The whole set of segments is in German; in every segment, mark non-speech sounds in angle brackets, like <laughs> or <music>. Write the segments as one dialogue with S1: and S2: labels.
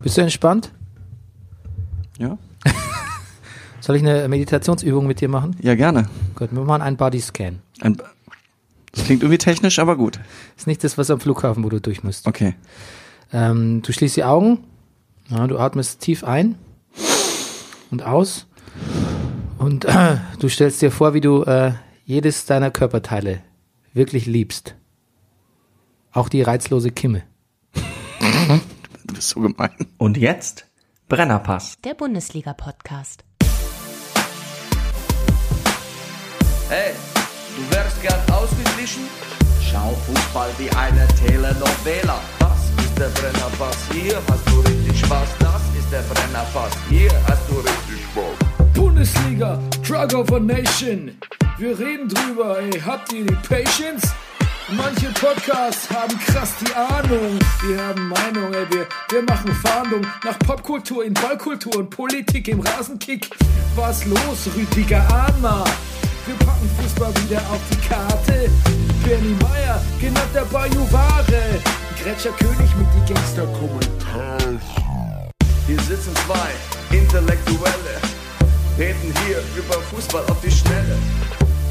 S1: Bist du entspannt?
S2: Ja?
S1: Soll ich eine Meditationsübung mit dir machen?
S2: Ja, gerne.
S1: Gut, wir machen einen Bodyscan.
S2: Ein das klingt irgendwie technisch, aber gut.
S1: Ist nicht das, was am Flughafen, wo du durch musst.
S2: Okay.
S1: Ähm, du schließt die Augen, ja, du atmest tief ein und aus und äh, du stellst dir vor, wie du äh, jedes deiner Körperteile wirklich liebst. Auch die reizlose Kimme.
S2: Du bist so gemein.
S3: Und jetzt Brennerpass.
S4: Der Bundesliga-Podcast.
S5: Hey, du wärst gern ausgeglichen? Schau Fußball wie eine Telenovela. Das ist der Brennerpass, hier hast du richtig Spaß. Das ist der Brennerpass, hier hast du richtig Spaß.
S6: Bundesliga, Drug of a Nation. Wir reden drüber, ey. Habt ihr die Patience? Manche Podcasts haben krass die Ahnung. Wir haben Meinung, ey. Wir, wir machen Fahndung nach Popkultur in Ballkultur und Politik im Rasenkick. Was los, Rüdiger Ahnma? Wir packen Fußball wieder auf die Karte. Benny Meyer, genannt der Bayou Ware. Gretscher König mit die Gangster
S5: Hier sitzen zwei Intellektuelle, reden hier über Fußball auf die Schnelle.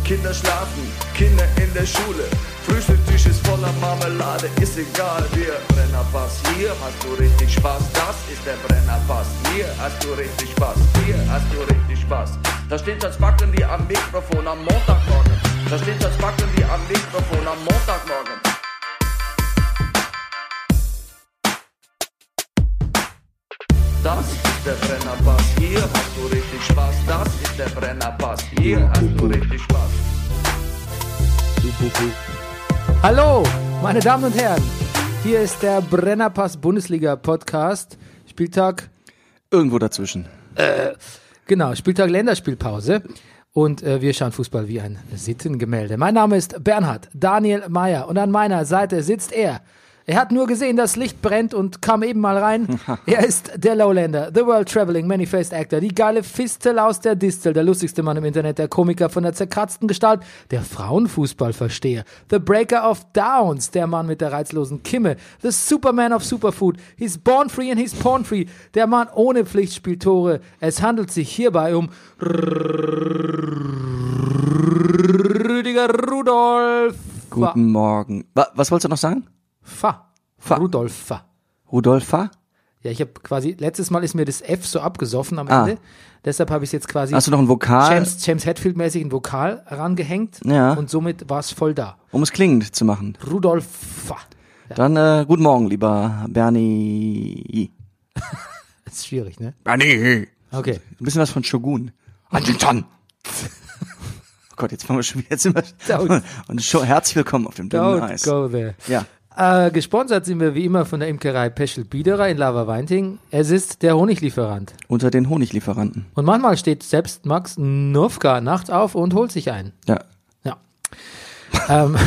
S5: Kinder schlafen, Kinder in der Schule. Frühstücktisch ist voller Marmelade, ist egal, wir Brennerpass. Hier hast du richtig Spaß, das ist der Brennerpass. Hier hast du richtig Spaß, hier hast du richtig Spaß. Da steht das Backen wie am Mikrofon am Montagmorgen. Da steht das Backen wie am Mikrofon am Montagmorgen. Das ist der Brennerpass, hier hast du richtig Spaß. Das ist der Brennerpass, hier hast du richtig Spaß.
S1: Hallo, meine Damen und Herren. Hier ist der Brennerpass Bundesliga Podcast. Spieltag
S2: Irgendwo dazwischen.
S1: Genau, Spieltag Länderspielpause. Und äh, wir schauen Fußball wie ein Sittengemälde. Mein Name ist Bernhard Daniel Mayer und an meiner Seite sitzt er. Er hat nur gesehen, das Licht brennt und kam eben mal rein. er ist der Lowlander, the World Traveling Manifest Actor, die geile Fistel aus der Distel, der lustigste Mann im Internet, der Komiker von der zerkratzten Gestalt, der Frauenfußballversteher, the Breaker of Downs, der Mann mit der reizlosen Kimme, the Superman of Superfood, he's born free and he's porn free, der Mann ohne Pflichtspieltore. Es handelt sich hierbei um Rüdiger Rudolf.
S2: Guten Morgen. Wa was wolltest du noch sagen?
S1: Fa.
S2: Fa.
S1: Rudolf Fa.
S2: Rudolfa?
S1: Ja, ich habe quasi, letztes Mal ist mir das F so abgesoffen am
S2: Ah.
S1: Ende. Deshalb habe ich jetzt quasi
S2: Hast du noch ein Vokal,
S1: James, James Hetfield-mäßig einen Vokal rangehängt.
S2: Ja.
S1: Und somit war es voll da.
S2: um es klingend zu machen?
S1: Rudolf Fa. Ja,
S2: Dann äh, guten Morgen, lieber Bernie.
S1: das ist schwierig, ne?
S2: Bernie.
S1: Okay.
S2: Ein bisschen was von Shogun. Anjin-chan. <laughs> Oh Gott, jetzt fangen wir schon wieder. Jetzt sind wir
S1: Don't.
S2: und Show, herzlich willkommen auf dem dünnen
S1: Don't
S2: Eis.
S1: go there.
S2: Ja.
S1: Äh, gesponsert sind wir wie immer von der Imkerei Peschel Biederer in Lava Weinting. Es ist der Honiglieferant.
S2: Unter den Honiglieferanten.
S1: Und manchmal steht selbst Max Nufka nachts auf und holt sich ein.
S2: Ja.
S1: Ja. <laughs> ähm,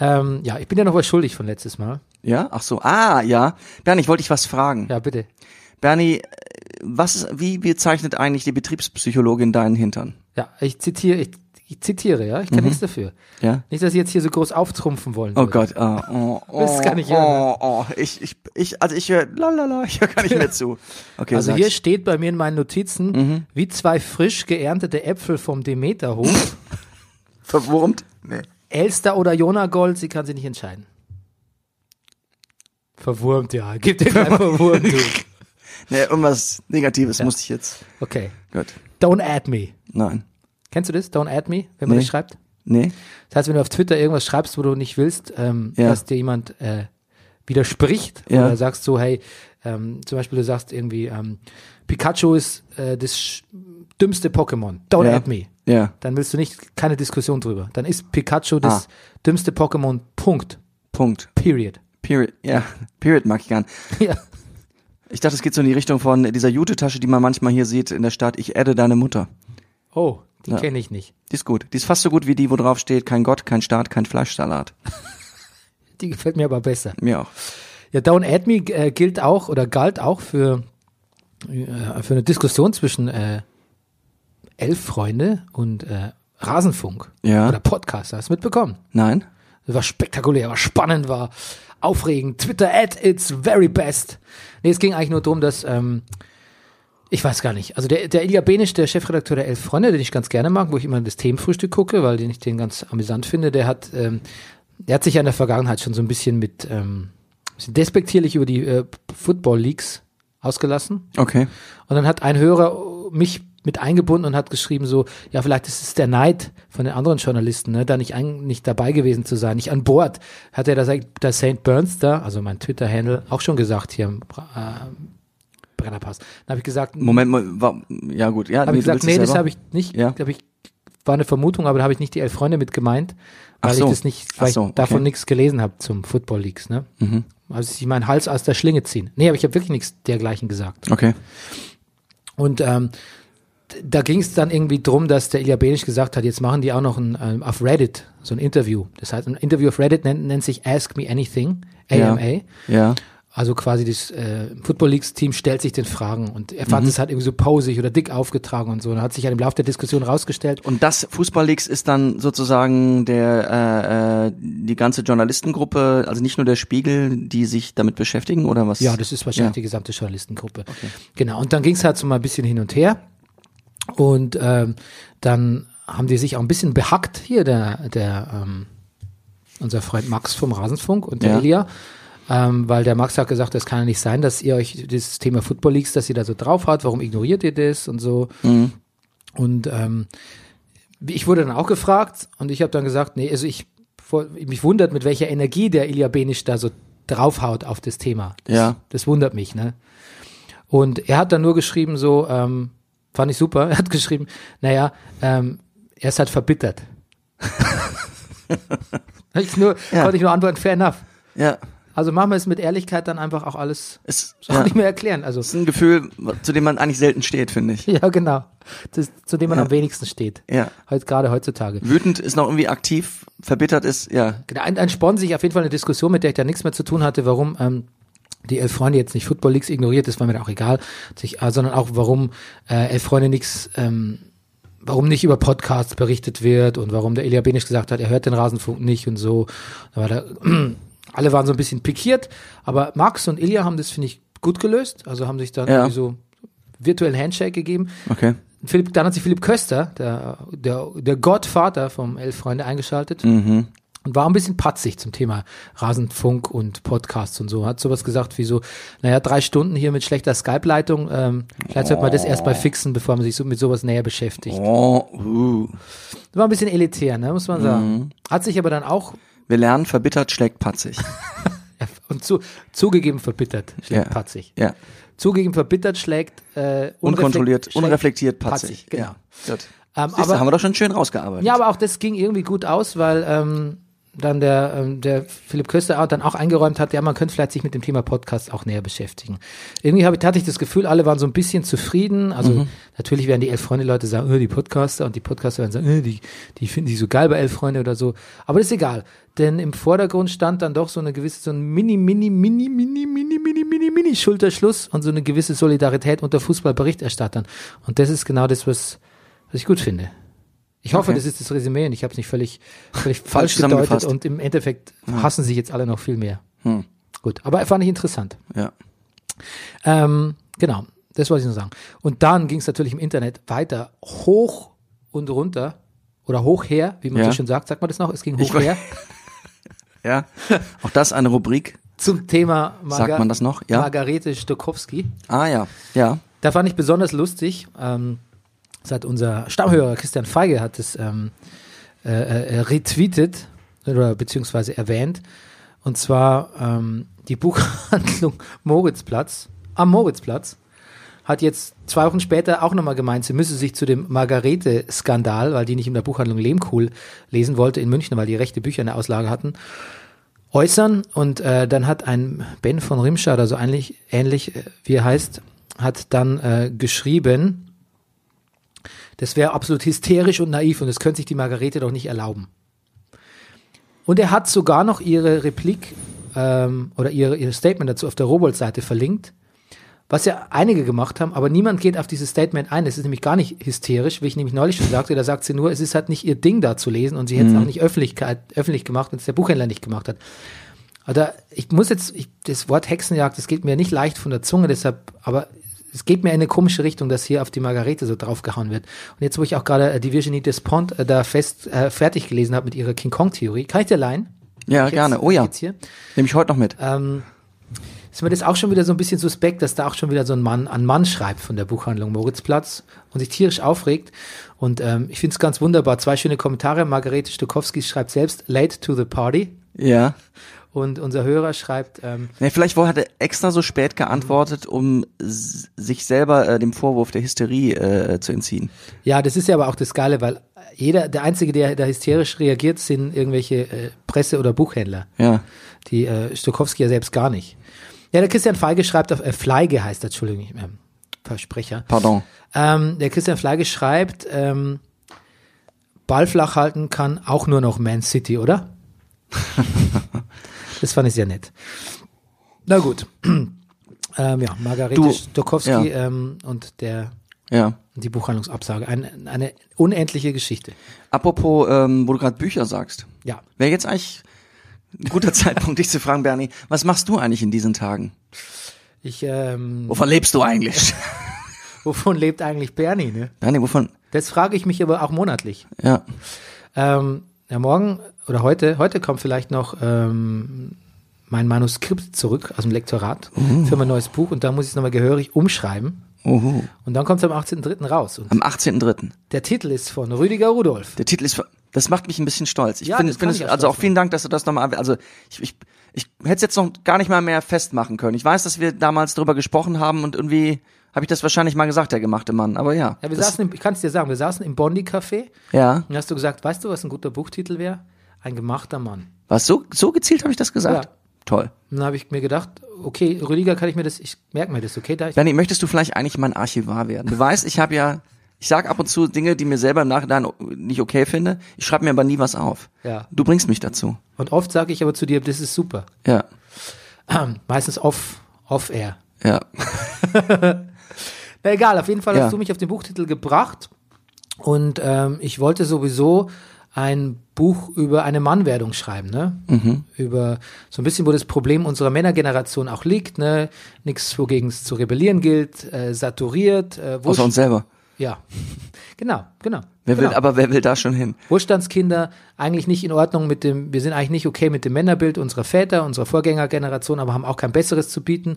S1: ähm, ja, ich bin ja noch was schuldig von letztes Mal.
S2: Ja? Ach so. Ah, ja. Bernie, ich wollte dich was fragen.
S1: Ja, bitte.
S2: Bernie, äh, was, wie bezeichnet eigentlich die Betriebspsychologin deinen Hintern?
S1: Ja, ich zitiere, ich, ich zitiere, ja, ich
S2: Mhm.
S1: kann nichts dafür.
S2: Ja?
S1: Nicht, dass Sie jetzt hier so groß auftrumpfen wollen.
S2: Oh
S1: würde.
S2: Gott, oh, oh, oh,
S1: Das kann ich hören.
S2: oh, oh, ich, ich, ich, also ich höre, lalala, ich höre gar nicht mehr zu. Okay,
S1: Also
S2: sag's.
S1: hier steht bei mir in meinen Notizen,
S2: Mhm.
S1: wie zwei frisch geerntete Äpfel vom
S2: <laughs>
S1: Demeterhof,
S2: verwurmt. Nee.
S1: Elster oder Jonagold, sie kann sich nicht entscheiden. Verwurmt,
S2: <laughs>
S1: ja. Gib dir gleich verwurmt. du.
S2: nee, irgendwas Negatives musste ich jetzt.
S1: Okay.
S2: Gut,
S1: Don't add me.
S2: nein.
S1: Kennst du das? Don't add me, wenn man
S2: Nee.
S1: das schreibt?
S2: Nee,
S1: Das heißt, wenn du auf Twitter irgendwas schreibst, wo du nicht willst, ähm,
S2: Ja.
S1: dass dir jemand äh, widerspricht
S2: Ja.
S1: oder sagst so, hey, ähm, zum Beispiel du sagst irgendwie, ähm, Pikachu ist äh, das sch- dümmste Pokémon, don't
S2: Ja.
S1: at me.
S2: ja,
S1: Dann willst du nicht, keine Diskussion drüber. Dann ist Pikachu das
S2: Ah.
S1: dümmste Pokémon, Punkt,
S2: Punkt.
S1: period. <laughs>
S2: Period, ja, Period mag ich gern.
S1: Ja.
S2: Ich dachte, es geht so in die Richtung von dieser Jute-Tasche, die man manchmal hier sieht in der Stadt. Ich adde deine Mutter.
S1: Oh, die
S2: Ja.
S1: kenne ich nicht.
S2: Die ist gut. Die ist fast so gut wie die, wo drauf steht, kein Gott, kein Staat, kein Fleischsalat.
S1: Die gefällt mir aber besser.
S2: Mir auch.
S1: Ja, Down At Me äh, gilt auch oder galt auch für, äh, für eine Diskussion zwischen äh, elf Freunde und äh, Rasenfunk
S2: Ja.
S1: oder Podcast. Hast du mitbekommen?
S2: Nein?
S1: Das war spektakulär, war spannend, war aufregend. Twitter at its very best. Nee, es ging eigentlich nur darum, dass, ähm, ich weiß gar nicht. Also der, der Ilja Benisch, der Chefredakteur der Elf Freunde, den ich ganz gerne mag, wo ich immer das Themenfrühstück gucke, weil den ich den ganz amüsant finde, der hat, ähm, der hat sich ja in der Vergangenheit schon so ein bisschen mit ähm, bisschen despektierlich über die äh, Football Leagues ausgelassen.
S2: Okay.
S1: Und dann hat ein Hörer mich mit eingebunden und hat geschrieben so, ja, vielleicht ist es der Neid von den anderen Journalisten, ne, da nicht, ein, nicht dabei gewesen zu sein, nicht an Bord. Hat er das, das St. Burns da, also mein Twitter-Handle, auch schon gesagt hier im äh, Brennerpass. Dann habe ich gesagt,
S2: Moment mal, wa- ja gut, ja.
S1: habe ich gesagt, nee, das habe
S2: habe
S1: ich nicht,
S2: Ja.
S1: hab ich, war eine Vermutung, aber da habe ich nicht die elf Freunde mit gemeint, weil
S2: Ach so.
S1: ich das nicht,
S2: Ach
S1: weil
S2: so,
S1: ich davon
S2: okay. Mhm.
S1: nichts gelesen habe zum Football Leagues, ne? Also ich meinen Hals aus der Schlinge ziehen. Nee, aber ich habe wirklich nichts dergleichen gesagt.
S2: Okay.
S1: Und ähm, d- da ging es dann irgendwie drum, dass der Ilja Benisch gesagt hat, jetzt machen die auch noch ein, ähm, auf Reddit so ein Interview. Das heißt, ein Interview auf Reddit nennt, nennt sich Ask Me Anything, AMA.
S2: Ja.
S1: Also quasi das äh, Football Leagues Team stellt sich den Fragen und er fand es halt irgendwie so posig oder dick aufgetragen und so. Und hat sich halt im Laufe der Diskussion rausgestellt,
S2: Und das Fußballleaks ist dann sozusagen der äh, äh, die ganze Journalistengruppe, also nicht nur der Spiegel, die sich damit beschäftigen oder was?
S1: Ja, das ist wahrscheinlich
S2: Ja.
S1: die gesamte Journalistengruppe. Genau. Und dann ging es halt so mal ein bisschen hin und her. Und ähm, dann haben die sich auch ein bisschen behackt hier, der, der ähm, unser Freund Max vom Rasenfunk und der
S2: Ja.
S1: Elia. Ähm, weil der Max hat gesagt, das kann ja nicht sein, dass ihr euch das Thema Football Leaks, dass ihr da so drauf hat, warum ignoriert ihr das und so. Und ähm, ich wurde dann auch gefragt und ich habe dann gesagt, nee, also ich vor- mich wundert, mit welcher Energie der Ilja Benisch da so draufhaut auf das Thema. Das,
S2: Ja.
S1: Das wundert mich, ne? Und er hat dann nur geschrieben, so, ähm, fand ich super, <laughs> er hat geschrieben, naja, ähm, er ist halt
S2: <laughs>
S1: verbittert. ich nur,
S2: Ja.
S1: Konnte ich nur antworten, fair enough.
S2: Ja.
S1: Also machen wir es mit Ehrlichkeit dann einfach auch alles
S2: Es
S1: auch
S2: ja.
S1: nicht mehr erklären. Also, <laughs>
S2: ist ein Gefühl, zu dem man eigentlich selten steht, finde ich.
S1: ja, genau. Das, zu dem man
S2: Ja.
S1: am wenigsten steht.
S2: Ja.
S1: Heut, gerade heutzutage.
S2: Wütend ist noch irgendwie aktiv, verbittert ist, ja.
S1: Genau, ein, ein Sporn sich auf jeden Fall eine Diskussion, mit der ich da nichts mehr zu tun hatte, warum ähm, die Elf Freunde jetzt nicht Football Leagues ignoriert, das war mir dann auch egal, sich, äh, sondern auch warum äh, Elf Freunde nichts, ähm, warum nicht über Podcasts berichtet wird und warum der Elia Benisch gesagt hat, er hört den Rasenfunk nicht und so. Da war da, <clears throat> alle waren so ein bisschen pikiert, aber Max und Ilja haben das, finde ich, gut gelöst, also haben sich dann
S2: Ja.
S1: irgendwie so virtuellen Handshake gegeben.
S2: Okay.
S1: Philipp, dann hat sich Philipp Köster, der, der, der Gottvater vom Elf Freunde, eingeschaltet
S2: Mhm.
S1: und war ein bisschen patzig zum Thema Rasenfunk und Podcasts und so. Hat sowas gesagt wie so, naja, drei Stunden hier mit schlechter Skype-Leitung, ähm, vielleicht sollte man das erstmal fixen, bevor man sich so mit sowas näher beschäftigt.
S2: Oh, uh.
S1: Das war ein bisschen elitär, ne, muss man sagen.
S2: Mhm.
S1: Hat sich aber dann auch
S2: Wir lernen, verbittert schlägt patzig.
S1: ja, und zu, zugegeben verbittert, schlägt
S2: ja.
S1: patzig.
S2: Ja.
S1: Zugegeben verbittert schlägt äh, unreflekt-
S2: Unkontrolliert,
S1: schlägt
S2: unreflektiert patzig.
S1: genau.
S2: Ja. Gut.
S1: Ähm,
S2: Siehst du,
S1: aber-
S2: haben wir doch schon schön rausgearbeitet.
S1: Ja, aber auch das ging irgendwie gut aus, weil ähm, dann der, ähm, der Philipp Köster auch dann auch eingeräumt hat, ja, man könnte vielleicht sich mit dem Thema Podcast auch näher beschäftigen. Irgendwie hab ich, hatte ich das Gefühl, alle waren so ein bisschen zufrieden. Also natürlich werden die Elf Freunde Leute sagen, äh, die Podcaster und die Podcaster werden sagen, äh, die, die finden die so geil bei Elf Freunde oder so. Aber das ist egal, denn im Vordergrund stand dann doch so eine gewisse, so ein mini, mini, mini, mini, mini, mini, mini, mini Schulterschluss und so eine gewisse Solidarität unter Fußballberichterstattern. Und das ist genau das, was, was ich gut finde. Ich hoffe,
S2: Okay.
S1: das ist das Resümee und ich habe es nicht völlig, völlig falsch gedeutet
S2: zusammengefasst. Hm.
S1: und im Endeffekt hassen sich jetzt alle noch viel mehr. Gut, aber fand ich interessant.
S2: Ja.
S1: Ähm, genau, das wollte ich nur sagen. Und dann ging es natürlich im Internet weiter hoch und runter oder hoch her, wie man
S2: Ja.
S1: so schön sagt. Sagt man das noch? Es ging
S2: Ich
S1: hoch
S2: weiß-
S1: her
S2: Ja. <laughs> Auch das eine Rubrik.
S1: zum Thema
S2: <laughs> Sagt man das noch? Ja.
S1: Margarete Stokowski.
S2: Ah ja. Ja.
S1: Da fand ich besonders lustig, ähm, das hat unser Stammhörer Christian Feige hat es ähm, äh, äh, retweetet oder beziehungsweise erwähnt. Und zwar ähm, die Buchhandlung <laughs> Moritzplatz, am Moritzplatz, hat jetzt zwei Wochen später auch nochmal gemeint, sie müsse sich zu dem Margarete-Skandal, weil die nicht in der Buchhandlung Lehmkuhl lesen wollte in München, weil die rechte Bücher in der Auslage hatten, äußern. Und äh, dann hat ein Ben von Rimschad, also eigentlich ähnlich äh, wie er heißt, hat dann äh, geschrieben, das wäre absolut hysterisch und naiv und das könnte sich die Margarete doch nicht erlauben. Und er hat sogar noch ihre Replik ähm, oder ihre, ihr Statement dazu auf der Robolt-Seite verlinkt, was ja einige gemacht haben, aber niemand geht auf dieses Statement ein. Es ist nämlich gar nicht hysterisch, wie ich nämlich neulich schon sagte. Da sagt sie nur, es ist halt nicht ihr Ding da zu lesen und sie hätte es auch nicht Öffentlichkeit, öffentlich gemacht, wenn es der Buchhändler nicht gemacht hat. Oder ich muss jetzt, ich, das Wort Hexenjagd, das geht mir nicht leicht von der Zunge, deshalb, aber es geht mir in eine komische Richtung, dass hier auf die Margarete so draufgehauen wird. Und jetzt, wo ich auch gerade äh, die Virginie Despont äh, da fest äh, fertig gelesen habe mit ihrer King Kong-Theorie, kann ich dir leihen?
S2: Ja, gerne. Oh ja.
S1: Jetzt hier.
S2: Nehme ich heute noch mit.
S1: Ähm, ist mir das auch schon wieder so ein bisschen suspekt, dass da auch schon wieder so ein Mann an Mann schreibt von der Buchhandlung Moritzplatz und sich tierisch aufregt. Und ähm, ich finde es ganz wunderbar. Zwei schöne Kommentare. Margarete Stokowski schreibt selbst Late to the Party.
S2: Ja.
S1: Und unser Hörer schreibt, ähm,
S2: Ja, vielleicht wo- hat er extra so spät geantwortet, um s- sich selber äh, dem Vorwurf der Hysterie äh, zu entziehen.
S1: ja, das ist ja aber auch das Geile, weil jeder, der Einzige, der da hysterisch reagiert, sind irgendwelche äh, Presse- oder Buchhändler.
S2: Ja.
S1: Die äh, Stokowski ja selbst gar nicht. Ja, der Christian Feige schreibt auf, äh, Fleige heißt er, Entschuldigung, ich, ähm, Versprecher.
S2: Pardon.
S1: Ähm, der Christian Fleige schreibt, ähm, Ball flach halten kann auch nur noch Man City,
S2: <laughs>
S1: oder? das fand ich sehr nett. Na gut. <clears throat> ähm, ja, Margarete
S2: Du,
S1: Stokowski
S2: ja.
S1: ähm, und der,
S2: Ja.
S1: die Buchhandlungsabsage. Ein, eine unendliche Geschichte.
S2: Apropos, ähm, wo du gerade Bücher sagst.
S1: Ja.
S2: Wäre jetzt eigentlich ein guter <laughs> Zeitpunkt, dich zu fragen, Bernie, was machst du eigentlich in diesen Tagen?
S1: Ich, ähm, <laughs>
S2: Wovon lebst du eigentlich?
S1: wovon lebt eigentlich Bernie? Ne?
S2: Bernie, wovon?
S1: Das frage ich mich aber auch monatlich.
S2: Ja.
S1: Ähm, ja, morgen oder heute, heute kommt vielleicht noch ähm, mein Manuskript zurück aus dem Lektorat für mein neues Buch und da muss ich es nochmal gehörig umschreiben.
S2: Uhu.
S1: Und dann kommt es am 18.03. raus. Und
S2: Am 18.3.
S1: der Titel ist von Rüdiger Rudolph.
S2: Der Titel ist, ver- das macht mich ein bisschen stolz. Ich
S1: Ja,
S2: finde,
S1: das
S2: finde
S1: kann
S2: es,
S1: ich auch
S2: also auch
S1: stolz
S2: vielen Dank, dass du das nochmal, also ich, ich, ich hätte es jetzt noch gar nicht mal mehr festmachen können. Ich weiß, dass wir damals drüber gesprochen haben und irgendwie habe ich das wahrscheinlich mal gesagt, der gemachte Mann. Aber ja.
S1: Ja, wir
S2: das,
S1: saßen im, ich kann es dir sagen, wir saßen im Bondi-Café
S2: ja.
S1: und dann hast du gesagt, weißt du, was ein guter Buchtitel wäre? Ein gemachter Mann.
S2: Was so, so gezielt habe ich das gesagt?
S1: Ja.
S2: Toll.
S1: Und dann habe ich mir gedacht, okay, Rüdiger, kann ich mir das, ich merke mir das, okay, da ich,
S2: Danny, möchtest du vielleicht eigentlich mal ein Archivar werden? Du weißt, ich habe ja, ich sage ab und zu Dinge, die mir selber im Nachhinein nicht okay finde. Ich schreibe mir aber nie was auf.
S1: Ja.
S2: Du bringst mich dazu.
S1: und oft sage ich aber zu dir, das ist super.
S2: Ja.
S1: Meistens off, off-air.
S2: Ja.
S1: Na egal, auf jeden Fall
S2: Ja.
S1: hast du mich auf den Buchtitel gebracht und ähm, ich wollte sowieso ein Buch über eine Mannwerdung schreiben, ne?
S2: Mhm.
S1: Über so ein bisschen, wo das Problem unserer Männergeneration auch liegt, ne? Nichts, wogegen es zu rebellieren gilt, äh, saturiert, äh,
S2: Außer uns selber.
S1: ja, <laughs> genau, genau.
S2: Wer
S1: genau.
S2: will, aber wer will da schon hin?
S1: Wohlstandskinder eigentlich nicht in Ordnung mit dem, wir sind eigentlich nicht okay mit dem Männerbild unserer Väter, unserer Vorgängergeneration, aber haben auch kein besseres zu bieten.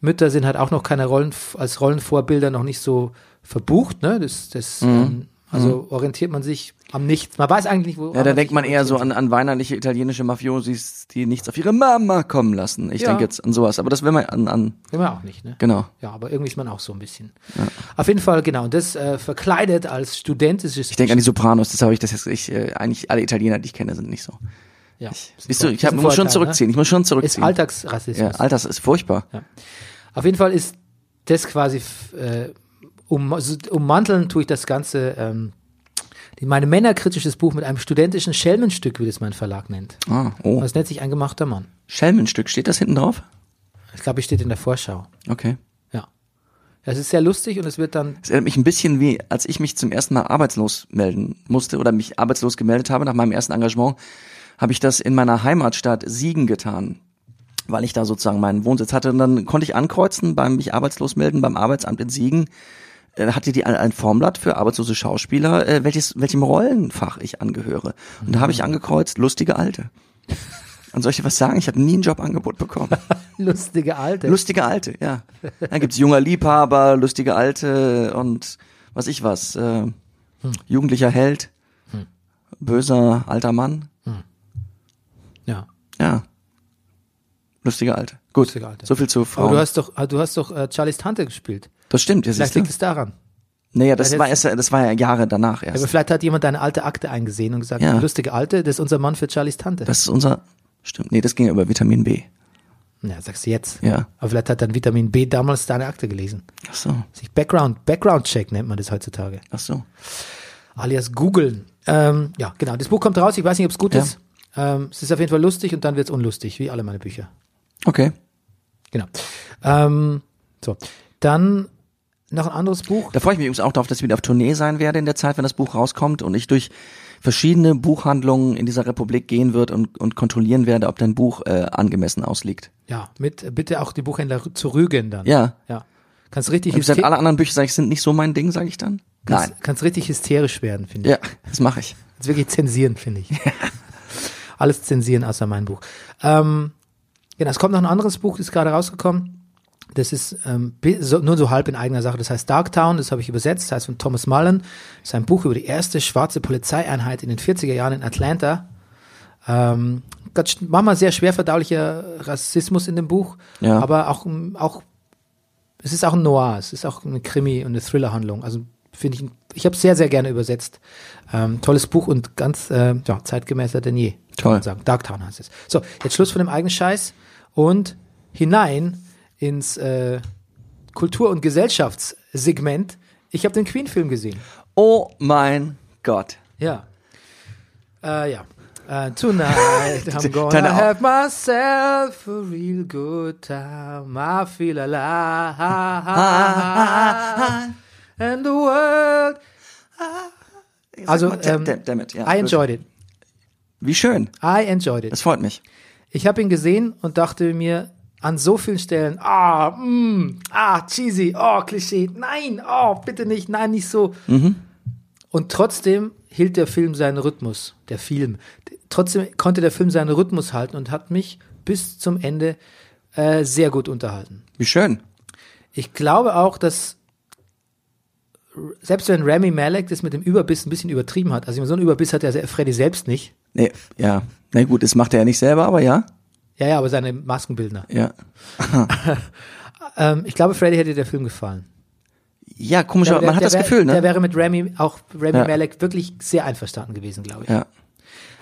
S1: Mütter sind halt auch noch keine Rollen, als Rollenvorbilder noch nicht so verbucht, ne? Das, das,
S2: Mhm.
S1: ähm, also orientiert man sich am Nichts. Man weiß eigentlich nicht, wo.
S2: Ja, da denkt man eher so an, an weinerliche italienische Mafiosis, die nichts auf ihre Mama kommen lassen. Ich
S1: Ja.
S2: denke jetzt an sowas, aber das will man an, an
S1: Immer auch nicht, ne?
S2: genau.
S1: Ja, aber irgendwie ist man auch so ein bisschen. Auf jeden Fall, genau. Und das äh, verkleidet als studentisches.
S2: Ich denke an die Sopranos, das habe ich das jetzt ich, äh, eigentlich alle Italiener, die ich kenne, sind nicht so.
S1: ja,
S2: Siehst du, ich hab,
S1: Ist ein
S2: muss schon
S1: Vorurteil,
S2: zurückziehen, ich muss schon
S1: Ne? Ist
S2: zurückziehen. ja,
S1: Alltagsrassismus.
S2: Alters ist furchtbar.
S1: Auf jeden Fall ist das quasi f- äh, um, also ummanteln tue ich das ganze ähm, die- meine männerkritisches Buch mit einem studentischen Schelmenstück, wie das mein Verlag nennt.
S2: Ah, oh.
S1: Das nennt sich ein gemachter Mann.
S2: Schelmenstück, steht das hinten drauf?
S1: Ich glaube, ich steht in der Vorschau.
S2: Okay.
S1: Ja. Das ist sehr lustig und es wird dann
S2: Es erinnert mich ein bisschen wie, als ich mich zum ersten Mal arbeitslos melden musste oder mich arbeitslos gemeldet habe nach meinem ersten Engagement, habe ich das in meiner Heimatstadt Siegen getan, weil ich da sozusagen meinen Wohnsitz hatte. Und dann konnte ich ankreuzen beim mich arbeitslos melden beim Arbeitsamt in Siegen. äh, Hatte die ein- ein Formblatt für arbeitslose Schauspieler, äh, welches, welchem Rollenfach ich angehöre. Und da habe ich angekreuzt, lustige Alte. Und soll ich dir was sagen? Ich habe nie ein Jobangebot bekommen.
S1: lustige alte.
S2: Lustige Alte, ja. Dann gibt's junger Liebhaber, lustige Alte und was ich was. Äh,
S1: Hm.
S2: Jugendlicher Held, böser alter Mann.
S1: ja.
S2: Ja. Lustige Alte. Gut.
S1: Lustige Alte.
S2: So viel zu
S1: Aber
S2: Frauen.
S1: du hast doch du hast doch äh, Charlies Tante gespielt.
S2: das stimmt, ja, siehst
S1: Vielleicht
S2: du.
S1: liegt es daran.
S2: Naja, das
S1: Also
S2: war, erst, das war ja Jahre danach
S1: Aber
S2: erst.
S1: vielleicht hat jemand deine alte Akte eingesehen und gesagt,
S2: Ja.
S1: lustige alte, das ist unser Mann für Charlies Tante.
S2: Das ist unser. Stimmt. Nee, das ging ja über Vitamin B.
S1: ja, sagst du jetzt.
S2: Ja.
S1: Aber vielleicht hat dann Vitamin B damals deine Akte gelesen.
S2: Ach so.
S1: Sich Background, Background Check nennt man das heutzutage.
S2: Ach so.
S1: Alias googeln. Ähm, ja, genau. Das Buch kommt raus. Ich weiß nicht, ob es gut
S2: Ja.
S1: ist. Ähm, es ist auf jeden Fall lustig und dann wird es unlustig, wie alle meine Bücher.
S2: Okay.
S1: Genau. Ähm, so. Dann noch ein anderes Buch.
S2: Da freue ich mich übrigens auch darauf, dass ich wieder auf Tournee sein werde in der Zeit, wenn das Buch rauskommt und ich durch verschiedene Buchhandlungen in dieser Republik gehen wird und, und kontrollieren werde, ob dein Buch äh, angemessen ausliegt.
S1: Ja, mit äh, bitte auch die Buchhändler rü- zu rügen dann.
S2: Ja.
S1: Ja. Kannst richtig,
S2: Ich gesagt,
S1: hyster
S2: alle anderen Bücher sag ich, sind nicht so mein Ding, sage ich dann? Nein.
S1: kannst, kannst richtig hysterisch werden, finde ich.
S2: Ja, das mache ich.
S1: Jetzt wirklich zensieren, finde ich. Alles zensieren, außer mein Buch. Ähm, genau, es kommt noch ein anderes Buch, das ist gerade rausgekommen. Das ist ähm, bi- so, nur so halb in eigener Sache. Das heißt Darktown, das habe ich übersetzt, das heißt von Thomas Mullen. Das ist ein Buch über die erste schwarze Polizeieinheit in den 40er Jahren in Atlanta. Ähm, ganz sch- manchmal sehr schwer verdaulicher Rassismus in dem Buch,
S2: Ja.
S1: aber auch, ähm, auch es ist auch ein Noir, es ist auch eine Krimi- und eine Thriller-Handlung. Also finde ich, ich habe es sehr, sehr gerne übersetzt. Ähm, tolles Buch und ganz äh, ja, zeitgemäßer denn je. Kann
S2: Toll.
S1: man sagen. Darktown heißt es. So, jetzt Schluss von dem eigenen Scheiß und hinein ins äh, Kultur- und Gesellschaftssegment. Ich habe den Queen-Film gesehen.
S2: Oh mein Gott.
S1: Ja. Äh, ja. Äh, tonight I'm
S2: Deine
S1: gonna
S2: Au-
S1: have myself a real good time. I feel alive. And the world. Also, ähm,
S2: Da- damit, ja.
S1: I enjoyed it.
S2: Wie schön.
S1: I enjoyed it.
S2: Das freut mich.
S1: Ich habe ihn gesehen und dachte mir an so vielen Stellen, ah, mm, ah, cheesy, oh, Klischee, nein, oh, bitte nicht, nein, nicht so. Und trotzdem hielt der Film seinen Rhythmus, der Film. Trotzdem konnte der Film seinen Rhythmus halten und hat mich bis zum Ende äh, sehr gut unterhalten.
S2: Wie schön.
S1: Ich glaube auch, dass r- selbst wenn Rami Malek das mit dem Überbiss ein bisschen übertrieben hat, also so einen Überbiss hat ja Freddy selbst nicht.
S2: Nee, ja. Na gut, das macht er ja nicht selber, aber ja.
S1: Ja, ja, aber seine Maskenbildner.
S2: Ja.
S1: Ähm, ich glaube, Freddy hätte der Film gefallen.
S2: Ja, komisch, aber
S1: Der-
S2: man hat
S1: der
S2: das
S1: wär-
S2: Gefühl,
S1: Der
S2: ne?
S1: wäre mit Remy, auch Remy
S2: Ja.
S1: Malek, wirklich sehr einverstanden gewesen, glaube ich.
S2: Ja.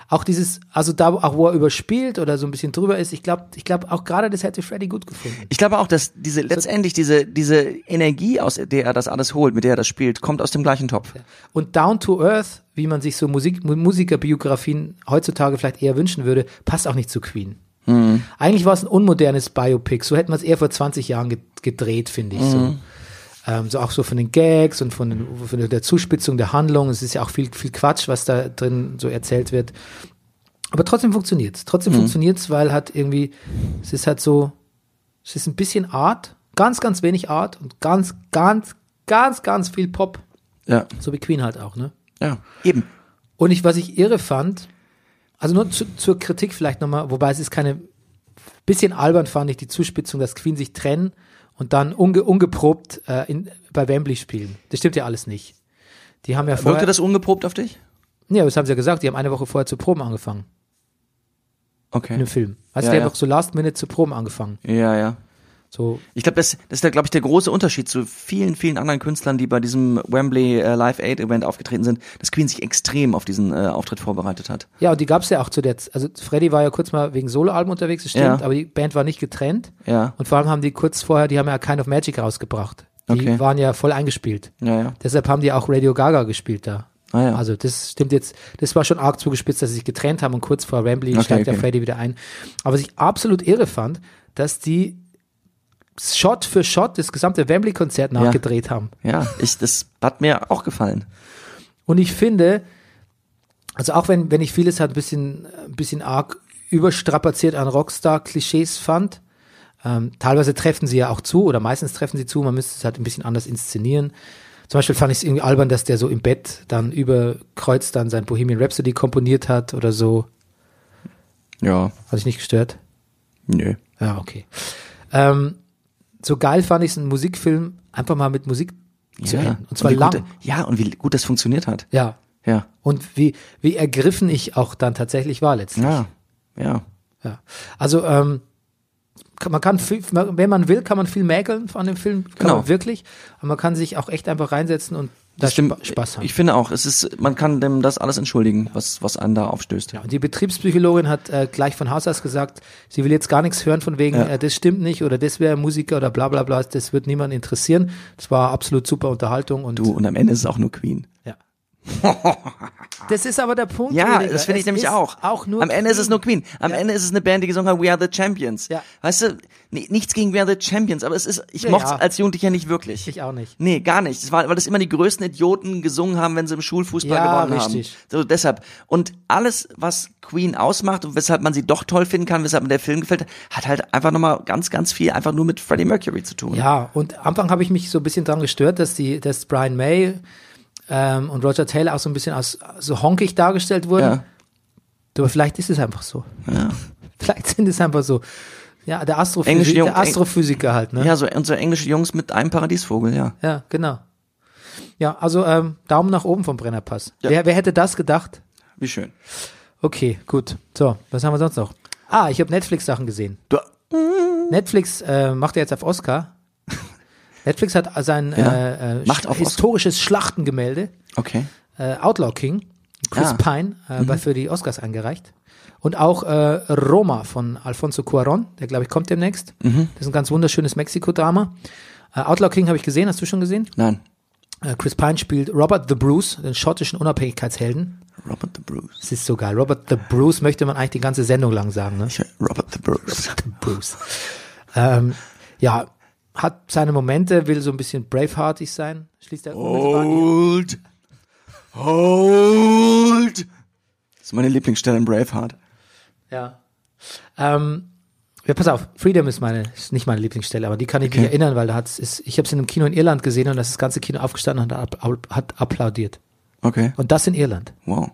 S1: Auch dieses, also da, wo- auch wo er überspielt oder so ein bisschen drüber ist, ich glaube, ich glaube auch gerade das hätte Freddy gut gefunden.
S2: Ich glaube auch, dass diese letztendlich diese diese Energie, aus der er das alles holt, mit der er das spielt, kommt aus dem gleichen Topf.
S1: Und Down to Earth, wie man sich so Musik, Mu- Musikerbiografien heutzutage vielleicht eher wünschen würde, passt auch nicht zu Queen. Eigentlich war es ein unmodernes Biopic. So hätten wir es eher vor 20 Jahren ge- gedreht, finde ich. So. Ähm, so auch so von den Gags und von, den, von der Zuspitzung der Handlung. Es ist ja auch viel, viel Quatsch, was da drin so erzählt wird. Aber trotzdem funktioniert's. Trotzdem funktioniert's, weil halt irgendwie, es ist halt so, es ist ein bisschen Art, ganz, ganz wenig Art und ganz, ganz, ganz, ganz viel Pop.
S2: Ja.
S1: So wie Queen halt auch, ne?
S2: Ja. Eben.
S1: Und ich, was ich irre fand, also nur zu, zur Kritik vielleicht nochmal, wobei es ist keine, bisschen albern fand ich die Zuspitzung, dass Queen sich trennen und dann unge, ungeprobt äh, in, bei Wembley spielen. Das stimmt ja alles nicht. Die haben ja vorher,
S2: Wirkte das ungeprobt auf dich?
S1: nee, aber das haben sie ja gesagt, die haben eine Woche vorher zu Proben angefangen, in
S2: Okay.
S1: dem Film. Weißt du,
S2: Ja,
S1: die
S2: ja.
S1: haben doch so Last Minute zu Proben angefangen.
S2: Ja, ja.
S1: So,
S2: Ich glaube, das, das ist, glaube ich, der große Unterschied zu vielen, vielen anderen Künstlern, die bei diesem Wembley äh, Live Aid Event aufgetreten sind, dass Queen sich extrem auf diesen äh, Auftritt vorbereitet hat.
S1: ja, und die gab's ja auch zu der, Z- also Freddy war ja kurz mal wegen Soloalben unterwegs, das stimmt,
S2: Ja.
S1: aber die Band war nicht getrennt.
S2: Ja.
S1: Und vor allem haben die kurz vorher, die haben ja Kind of Magic rausgebracht. Die
S2: Okay.
S1: waren ja voll eingespielt.
S2: Ja, ja.
S1: Deshalb haben die auch Radio Gaga gespielt da.
S2: Ah, ja.
S1: Also das stimmt jetzt, das war schon arg zugespitzt, dass sie sich getrennt haben und kurz vor Wembley
S2: Okay,
S1: steigt der
S2: okay.
S1: Freddy wieder ein. Aber was ich absolut irre fand, dass die Shot für Shot das gesamte Wembley-Konzert nachgedreht haben.
S2: Ja, ich, das hat mir auch gefallen.
S1: Und ich finde, also auch wenn, wenn ich vieles halt ein bisschen, ein bisschen arg überstrapaziert an Rockstar-Klischees fand, ähm, teilweise treffen sie ja auch zu oder meistens treffen sie zu, man müsste es halt ein bisschen anders inszenieren. Zum Beispiel fand ich es irgendwie albern, dass der so im Bett dann über Kreuz dann sein Bohemian Rhapsody komponiert hat oder so.
S2: Ja,
S1: Hat dich nicht gestört?
S2: nö.
S1: Ja, okay. Ähm, so geil fand ich es, einen Musikfilm einfach mal mit Musik zu
S2: ja.
S1: enden. Und zwar
S2: wie
S1: lang.
S2: Gut, ja, und wie gut das funktioniert hat.
S1: ja.
S2: Ja.
S1: Und wie, wie ergriffen ich auch dann tatsächlich war letztlich.
S2: Ja. Ja.
S1: Ja. Also ähm, kann- man kann viel, wenn man will, kann man viel mäkeln an dem Film, kann
S2: Genau.
S1: man wirklich, aber man kann sich auch echt einfach reinsetzen und da
S2: Stimmt.
S1: Spa Spaß haben.
S2: Ich finde auch, es ist, man kann dem das alles entschuldigen, was, was einen da aufstößt.
S1: ja, und die Betriebspsychologin hat äh, gleich von Haus aus gesagt, sie will jetzt gar nichts hören von wegen,
S2: Ja.
S1: äh, das stimmt nicht oder das wäre Musiker oder bla bla bla, das wird niemand interessieren. Das war absolut super Unterhaltung und
S2: Du, und am Ende ist es auch nur Queen.
S1: ja. Das ist aber der Punkt.
S2: Ja,
S1: Rüdiger.
S2: das finde ich
S1: Es
S2: nämlich
S1: ist
S2: auch.
S1: auch nur
S2: Am Ende ist es nur Queen. Am
S1: Ja.
S2: Ende ist es eine Band, die gesungen hat, We Are the Champions.
S1: Ja.
S2: Weißt du, nee, nichts gegen We Are the Champions, aber es ist, ich
S1: Ja,
S2: mochte es
S1: ja.
S2: als Jugendlicher nicht wirklich.
S1: Ich auch nicht.
S2: Nee, gar nicht. Das war, weil das immer die größten Idioten gesungen haben, wenn sie im Schulfußball
S1: Ja,
S2: gewonnen
S1: richtig.
S2: haben. So, deshalb. Und alles, was Queen ausmacht und weshalb man sie doch toll finden kann, weshalb mir der Film gefällt, hat halt einfach nochmal ganz, ganz viel einfach nur mit Freddie Mercury zu tun.
S1: Ja, und am Anfang habe ich mich so ein bisschen daran gestört, dass die, dass Brian May ähm, und Roger Taylor auch so ein bisschen als so honkig dargestellt wurden.
S2: Ja.
S1: Aber vielleicht ist es einfach so. <laughs>
S2: Ja.
S1: Vielleicht sind es einfach so. Ja, der,
S2: Englische
S1: Astrophysik,
S2: Jung-
S1: der Astrophysiker halt, ne?
S2: ja so, und so englische Jungs mit einem Paradiesvogel, ja.
S1: Ja, genau. Ja, also ähm, Daumen nach oben vom Brennerpass. Wer, wer hätte das gedacht?
S2: Wie schön.
S1: Okay, gut. So, was haben wir sonst noch? Ah, ich habe Netflix-Sachen gesehen.
S2: Du,
S1: Netflix äh, macht ja jetzt auf
S2: <laughs>
S1: Oscar. Netflix hat sein äh, äh,
S2: macht
S1: sch-
S2: auf Oscar.
S1: historisches Schlachtengemälde,
S2: okay.
S1: äh, Outlaw King, Chris
S2: Ah.
S1: Pine, äh, bei- für die Oscars eingereicht. Und auch äh, Roma von Alfonso Cuaron, der glaube ich kommt demnächst.
S2: Mhm.
S1: Das ist ein ganz wunderschönes Mexiko-Drama. Äh, Outlaw King habe ich gesehen, hast du schon gesehen?
S2: Nein.
S1: Äh, Chris Pine spielt Robert the Bruce, den schottischen Unabhängigkeitshelden.
S2: Robert the Bruce.
S1: Das ist so geil. Robert the Bruce möchte man eigentlich die ganze Sendung lang sagen. Ne?
S2: Ich, Robert the Bruce.
S1: <laughs> Bruce. ähm, ja, hat seine Momente, will so ein bisschen braveheartig sein. Schließt er
S2: Oh.
S1: unmittelbar.
S2: Hold. Hold. Das ist meine Lieblingsstelle in Braveheart.
S1: Ja. Ähm, ja, pass auf, Freedom ist meine, ist nicht meine Lieblingsstelle, aber die kann ich mich erinnern, weil da hat's, ist, ich habe es in einem Kino in Irland gesehen und das, ist das ganze Kino aufgestanden und hat, app- hat applaudiert.
S2: Okay.
S1: Und das in Irland.
S2: Wow.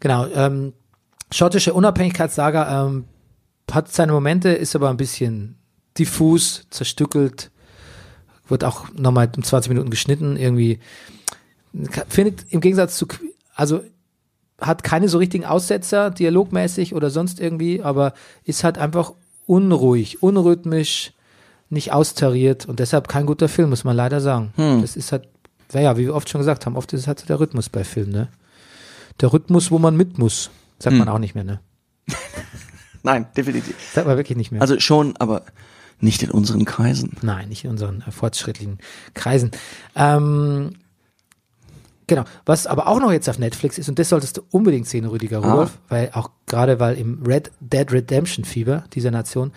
S1: Genau. Ähm, schottische Unabhängigkeitssaga ähm, hat seine Momente, ist aber ein bisschen diffus, zerstückelt, wird auch nochmal um 20 Minuten geschnitten, irgendwie. Findet im Gegensatz zu, Qu- also hat keine so richtigen Aussetzer, dialogmäßig oder sonst irgendwie, aber ist halt einfach unruhig, unrhythmisch, nicht austariert und deshalb kein guter Film, muss man leider sagen. Das ist halt, naja, wie wir oft schon gesagt haben, oft ist es halt so der Rhythmus bei Filmen, ne? Der Rhythmus, wo man mit muss,
S2: Hm.
S1: sagt man auch nicht mehr, ne?
S2: Nein, definitiv.
S1: Sagt man wirklich nicht mehr.
S2: Also schon, aber nicht in unseren Kreisen.
S1: Nein, nicht in unseren äh, fortschrittlichen Kreisen. Ähm, genau. Was aber auch noch jetzt auf Netflix ist, und das solltest du unbedingt sehen, Rüdiger
S2: Ah.
S1: Rudolph, weil auch gerade weil im Red Dead Redemption Fieber dieser Nation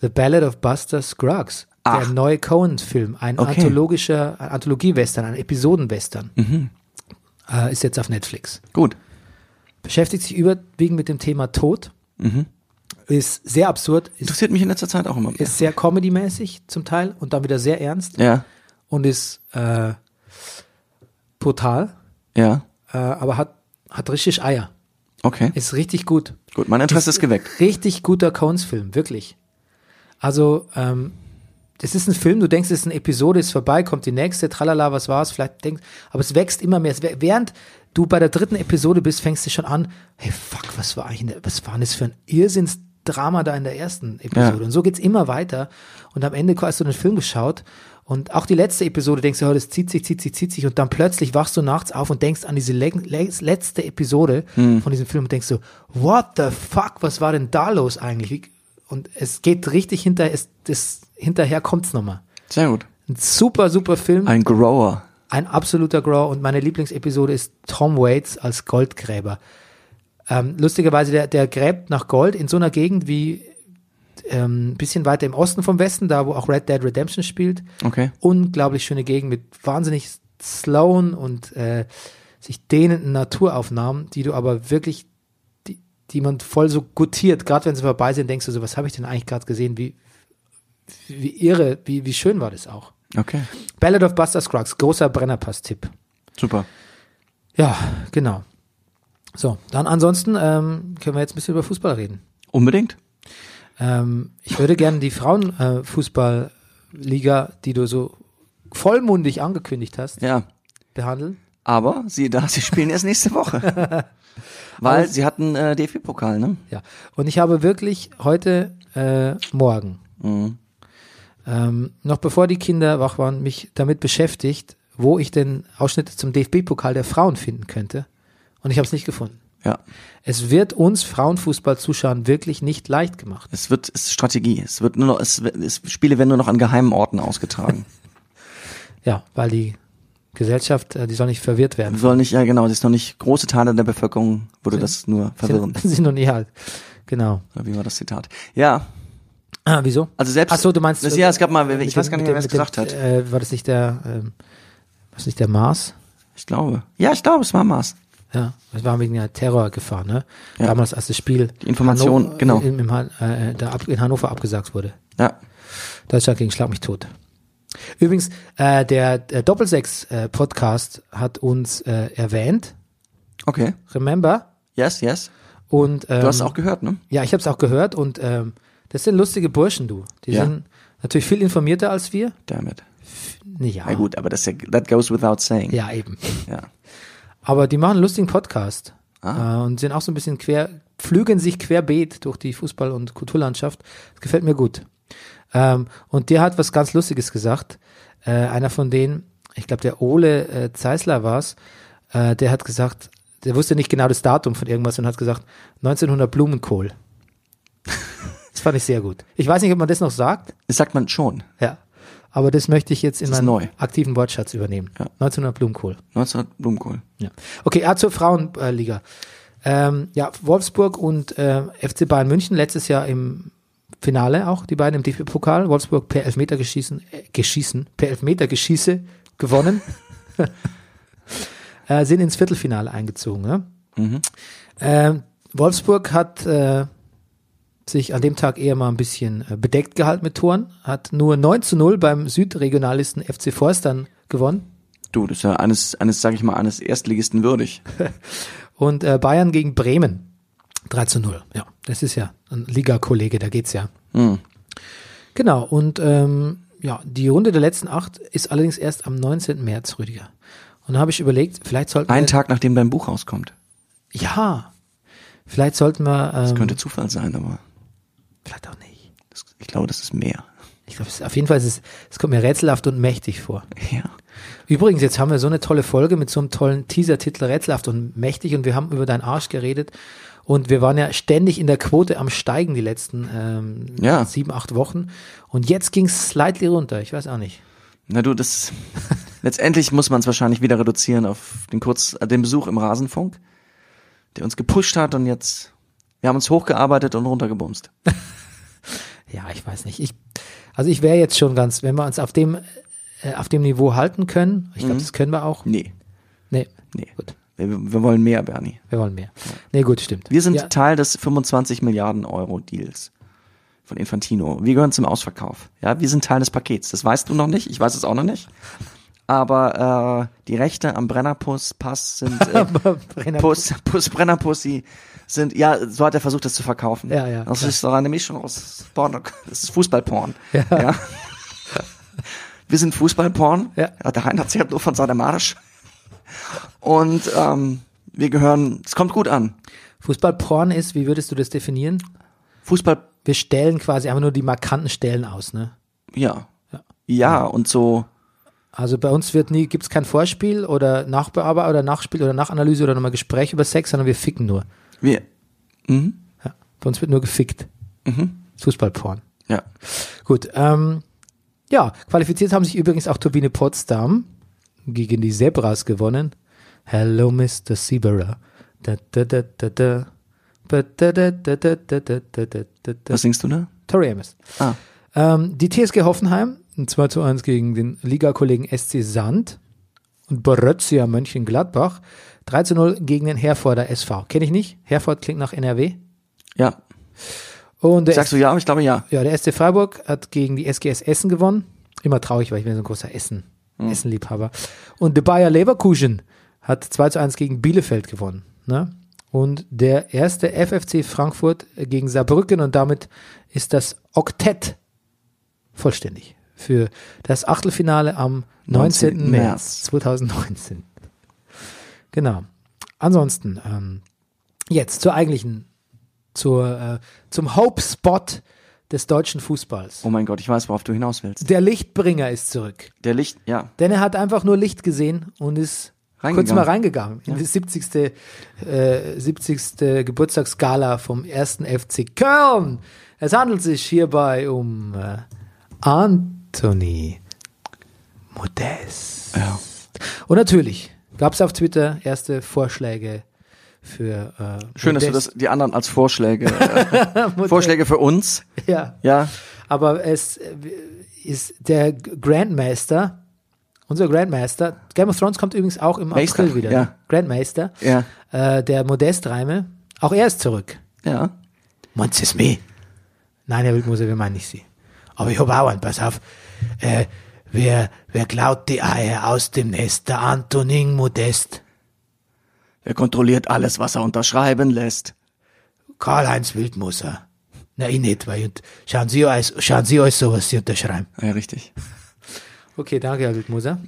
S1: The Ballad of Buster Scruggs, der neue Cohen-Film, ein
S2: Okay.
S1: anthologischer, ein Anthologie-Western, ein Episoden-Western,
S2: Mhm.
S1: äh, ist jetzt auf Netflix
S2: Gut.
S1: beschäftigt sich überwiegend mit dem Thema Tod.
S2: Mhm.
S1: Ist sehr absurd, ist,
S2: Interessiert mich in letzter Zeit auch immer mehr.
S1: ist sehr comedymäßig zum Teil und dann wieder sehr ernst
S2: ja,
S1: und ist äh, brutal,
S2: ja.
S1: äh, aber hat, hat richtig Eier.
S2: Okay.
S1: Ist richtig gut.
S2: Gut, mein Interesse ist geweckt.
S1: Richtig guter Cones-Film, wirklich. Also, ähm, das ist ein Film, du denkst, es ist eine Episode, ist vorbei, kommt die nächste, tralala, was war's, vielleicht denkst, aber es wächst immer mehr. Es, wär- während du bei der dritten Episode bist, fängst du schon an, hey, fuck, was war eigentlich, in der- was war denn das für ein Irrsinnsdrama da in der ersten Episode?
S2: Ja.
S1: Und so geht's immer weiter. Und am Ende hast du den Film geschaut und auch die letzte Episode denkst du, oh, das zieht sich, zieht sich, zieht sich und dann plötzlich wachst du nachts auf und denkst an diese le le letzte Episode von diesem Film und denkst so, what the fuck, was war denn da los eigentlich? Wie, und es geht richtig hinter, es, das, hinterher kommt's nochmal.
S2: Sehr gut.
S1: Ein super, super Film,
S2: Ein Grower.
S1: ein absoluter Grower und meine Lieblingsepisode ist Tom Waits als Goldgräber. Ähm, lustigerweise, der, der gräbt nach Gold in so einer Gegend wie ähm, ein bisschen weiter im Osten vom Westen, da wo auch Red Dead Redemption spielt.
S2: Okay.
S1: Unglaublich schöne Gegend mit wahnsinnig slowen und äh, sich dehnenden Naturaufnahmen, die du aber wirklich, die, die man voll so gutiert, gerade wenn sie vorbei sind, denkst du so, was habe ich denn eigentlich gerade gesehen, wie, wie irre, wie, wie schön war das auch.
S2: Okay.
S1: Ballad of Buster Scruggs, großer Brennerpass-Tipp.
S2: Super.
S1: Ja, genau. So, dann ansonsten ähm, können wir jetzt ein bisschen über Fußball reden.
S2: Unbedingt?
S1: Ähm, ich würde gerne die Frauenfußballliga, äh, Fußballliga, die du so vollmundig angekündigt hast,
S2: Ja.
S1: behandeln.
S2: Aber siehe da, sie spielen erst nächste
S1: <laughs>
S2: Woche. Weil
S1: Also
S2: sie hatten äh, DFB-Pokal, ne?
S1: Ja. Und ich habe wirklich heute äh, Morgen, ähm, noch bevor die Kinder wach waren, mich damit beschäftigt, wo ich denn Ausschnitte zum DFB-Pokal der Frauen finden könnte. Und ich habe es nicht gefunden.
S2: Ja.
S1: Es wird uns Frauenfußballzuschauern wirklich nicht leicht gemacht.
S2: Es wird, es ist Strategie. Es wird nur
S1: <laughs>
S2: noch, es, es Spiele werden nur noch an geheimen Orten ausgetragen.
S1: Ja, weil die Gesellschaft, äh, die soll nicht verwirrt
S2: <laughs>
S1: werden.
S2: Soll nicht, ja genau, das ist noch nicht, große Teile der Bevölkerung würde das nur
S1: <laughs>
S2: verwirren.
S1: Sind, sind noch nie alt. Genau.
S2: Oder wie war das Zitat? Ja,
S1: Ah, wieso?
S2: also selbst.
S1: Ach so, du meinst. äh,
S2: Das, ja, es gab mal, ich
S1: mit
S2: weiß
S1: dem-
S2: gar nicht
S1: mit
S2: mehr,
S1: dem-
S2: wer es
S1: mit dem-
S2: gesagt hat.
S1: Äh, war das nicht der, ähm, was nicht der Mars?
S2: Ich glaube. Ja, ich glaube, es war Mars.
S1: Ja, das war wegen der Terrorgefahr, ne?
S2: Ja.
S1: Damals, als das Spiel
S2: Die Information,
S1: Hannover,
S2: genau.
S1: in, im Han- äh, da ab, in Hannover abgesagt wurde.
S2: Ja.
S1: Deutschland gegen Schlag mich tot. Übrigens, äh, der, der Doppelsechs-Podcast hat uns äh, erwähnt,
S2: Okay.
S1: remember?
S2: Yes, yes.
S1: Und, ähm,
S2: Du hast es auch gehört, ne?
S1: Ja, ich habe es auch gehört und ähm, das sind lustige Burschen, du. Die
S2: Ja.
S1: sind natürlich viel informierter als wir.
S2: Damit.
S1: Nee, Ja,
S2: Na gut, aber das ist ja, that goes without saying.
S1: Ah. ja eben.
S2: ja.
S1: Aber die machen einen lustigen Podcast
S2: Ah.
S1: äh, und sind auch so ein bisschen quer, pflügen sich querbeet durch die Fußball- und Kulturlandschaft. Das gefällt mir gut. Ähm, und der hat was ganz Lustiges gesagt. Äh, einer von denen, ich glaube der Ole äh, Zeisler war's, äh, der hat gesagt, der wusste nicht genau das Datum von irgendwas und hat gesagt 1900
S2: <laughs>
S1: Blumenkohl. das fand ich sehr gut. Ich weiß nicht, ob man das noch sagt.
S2: Das sagt man schon.
S1: Ja. Aber das möchte ich jetzt in
S2: Das ist
S1: meinen
S2: neu.
S1: aktiven Wortschatz übernehmen.
S2: Ja.
S1: 1900 Blumenkohl.
S2: 1900 Blumenkohl.
S1: Ja. Okay, ah, zur Frauenliga. Ähm, ja, Wolfsburg und äh, FC Bayern München letztes Jahr im Finale auch, die beiden im DFB-Pokal. Wolfsburg per Elfmeter geschießen, äh, geschießen, per Elfmeter geschieße gewonnen. äh, sind ins Viertelfinale eingezogen. Ne? Ähm, Wolfsburg hat äh, sich an dem Tag eher mal ein bisschen äh, bedeckt gehalten mit Toren, hat nur 9 zu 0 beim Südregionalisten FC Forstern gewonnen.
S2: Du, das ist ja eines, eines, sag ich mal, eines Erstligisten würdig.
S1: Und äh, Bayern gegen Bremen. 3 zu 0. Ja, das ist ja ein Liga-Kollege, da geht's ja.
S2: Hm.
S1: Genau, und ähm, ja, die Runde der letzten acht ist allerdings erst am 19. März, Rüdiger. Und da habe ich überlegt, vielleicht sollten
S2: Ein
S1: wir.
S2: Tag, nachdem dein Buch rauskommt.
S1: Ja. Vielleicht sollten wir. Ähm,
S2: Das könnte Zufall sein, aber
S1: Vielleicht auch nicht.
S2: das, ich glaube, das ist mehr. <laughs>
S1: Ich glaube, es ist- auf jeden Fall ist es, es kommt mir rätselhaft und mächtig vor.
S2: Ja.
S1: Übrigens, jetzt haben wir so eine tolle Folge mit so einem tollen Teaser-Titel Rätselhaft und mächtig und wir haben über deinen Arsch geredet und wir waren ja ständig in der Quote am Steigen die letzten ähm,
S2: Ja.
S1: sieben, acht Wochen und jetzt ging es slightly runter, ich weiß auch nicht.
S2: Na du,
S1: <laughs>
S2: das letztendlich muss man es wahrscheinlich wieder reduzieren auf den kurz äh, den Besuch im Rasenfunk, der uns gepusht hat und jetzt wir haben uns hochgearbeitet und runtergebumst.
S1: Ja, ich weiß nicht. Ich, also ich wäre jetzt schon ganz, wenn wir uns auf dem, äh, auf dem Niveau halten können, ich glaube,
S2: Mhm.
S1: das können wir auch.
S2: Nee,
S1: Nee,
S2: nee.
S1: Gut.
S2: Wir, wir wollen mehr, Bernie.
S1: wir wollen mehr. Nee, gut, stimmt.
S2: Wir sind
S1: ja, <laughs>
S2: Teil des 25 Milliarden Euro Deals von Infantino. Wir gehören zum Ausverkauf. Ja, wir sind Teil des Pakets. Das weißt du noch nicht. Ich weiß es auch noch nicht. Aber äh, die Rechte am Brennerpass
S1: <laughs>
S2: Pass sind äh,
S1: Brenner-
S2: Puss, Puss, Brennerpussy sind, ja, so hat er versucht, das zu verkaufen.
S1: Ja, ja,
S2: Das
S1: klar.
S2: ist doch eine Mischung aus Porn, das ist Fußballporn. Ja.
S1: <laughs>
S2: Wir sind Fußballporn.
S1: Ja.
S2: Der Hein erzählt nur von seiner Marsch. Und ähm, wir gehören, es kommt gut an.
S1: Fußballporn ist, wie würdest du das definieren?
S2: Fußball,
S1: Wir stellen quasi einfach nur die markanten Stellen aus, ne?
S2: ja. Ja, und so,
S1: Also bei uns wird nie, gibt's kein Vorspiel oder Nachbearbeitung oder Nachspiel oder Nachanalyse oder nochmal Gespräch über Sex, sondern wir ficken nur.
S2: wir, mhm,
S1: Ja. Bei uns wird nur gefickt. Fußballporn.
S2: ja.
S1: Gut, ähm, ja, qualifiziert haben sich übrigens auch Turbine Potsdam gegen die Zebras gewonnen. Hello, Mr. Zebra. Da, da, da, da, da. Ba, da, da, da, da, da, da, da, da, da, da.
S2: Was singst du da?
S1: Tori Amos.
S2: Ah,
S1: Ähm, die TSG Hoffenheim, ein 2 zu 1 gegen den Ligakollegen SC Sand und Borussia Mönchengladbach. 3 zu 0 gegen den Herforder SV. Kenne ich nicht. Herford klingt nach NRW.
S2: ja.
S1: Und der,
S2: Sagst du ja, aber ich glaube ja.
S1: ja, der SC Freiburg hat gegen die SGS Essen gewonnen. Immer traurig, weil ich bin so ein großer Essen, Essen-Liebhaber. Und der Bayer Leverkusen hat 2 zu 1 gegen Bielefeld gewonnen. Ne? Und der erste FFC Frankfurt gegen Saarbrücken und damit ist das Oktett vollständig für das Achtelfinale am 19.
S2: 19.
S1: März 2019. Genau. Ansonsten, ähm, jetzt zur eigentlichen, zur, äh, zum Hope-Spot des deutschen Fußballs.
S2: Oh mein Gott, ich weiß, worauf du hinaus willst.
S1: Der Lichtbringer ist zurück.
S2: Der Licht, ja.
S1: Denn er hat einfach nur Licht gesehen und ist kurz
S2: Reingegangen.
S1: mal reingegangen in das 70. Äh, 70. Geburtstagsgala vom 1. FC Köln. Es handelt sich hierbei um äh, Anthony Modest.
S2: ja.
S1: Und natürlich gab es auf Twitter erste Vorschläge für. Äh,
S2: Schön, dass du das die anderen
S1: <laughs>
S2: als Vorschläge, äh,
S1: das.
S2: Vorschläge für uns.
S1: Ja.
S2: Ja,
S1: Aber es äh, ist der Grandmaster, unser Grandmaster, Game of Thrones kommt übrigens auch im
S2: Meister,
S1: April wieder.
S2: ja.
S1: Grandmaster,
S2: ja,
S1: äh, der Modest Reime, auch er ist zurück.
S2: ja.
S1: Meinst du es mir? Nein, Herr Wildmoser, wir meinen nicht Sie. Aber ich hab auch einen, pass auf. Äh, wer, wer klaut die Eier aus dem Nest? Der Antonin Modest.
S2: Er kontrolliert alles, was er unterschreiben lässt.
S1: Karl-Heinz Wildmoser. Na, ich nicht, weil und schauen Sie euch, schauen Sie euch so, was Sie unterschreiben.
S2: Ja, richtig.
S1: Okay, danke, Herr Wildmoser.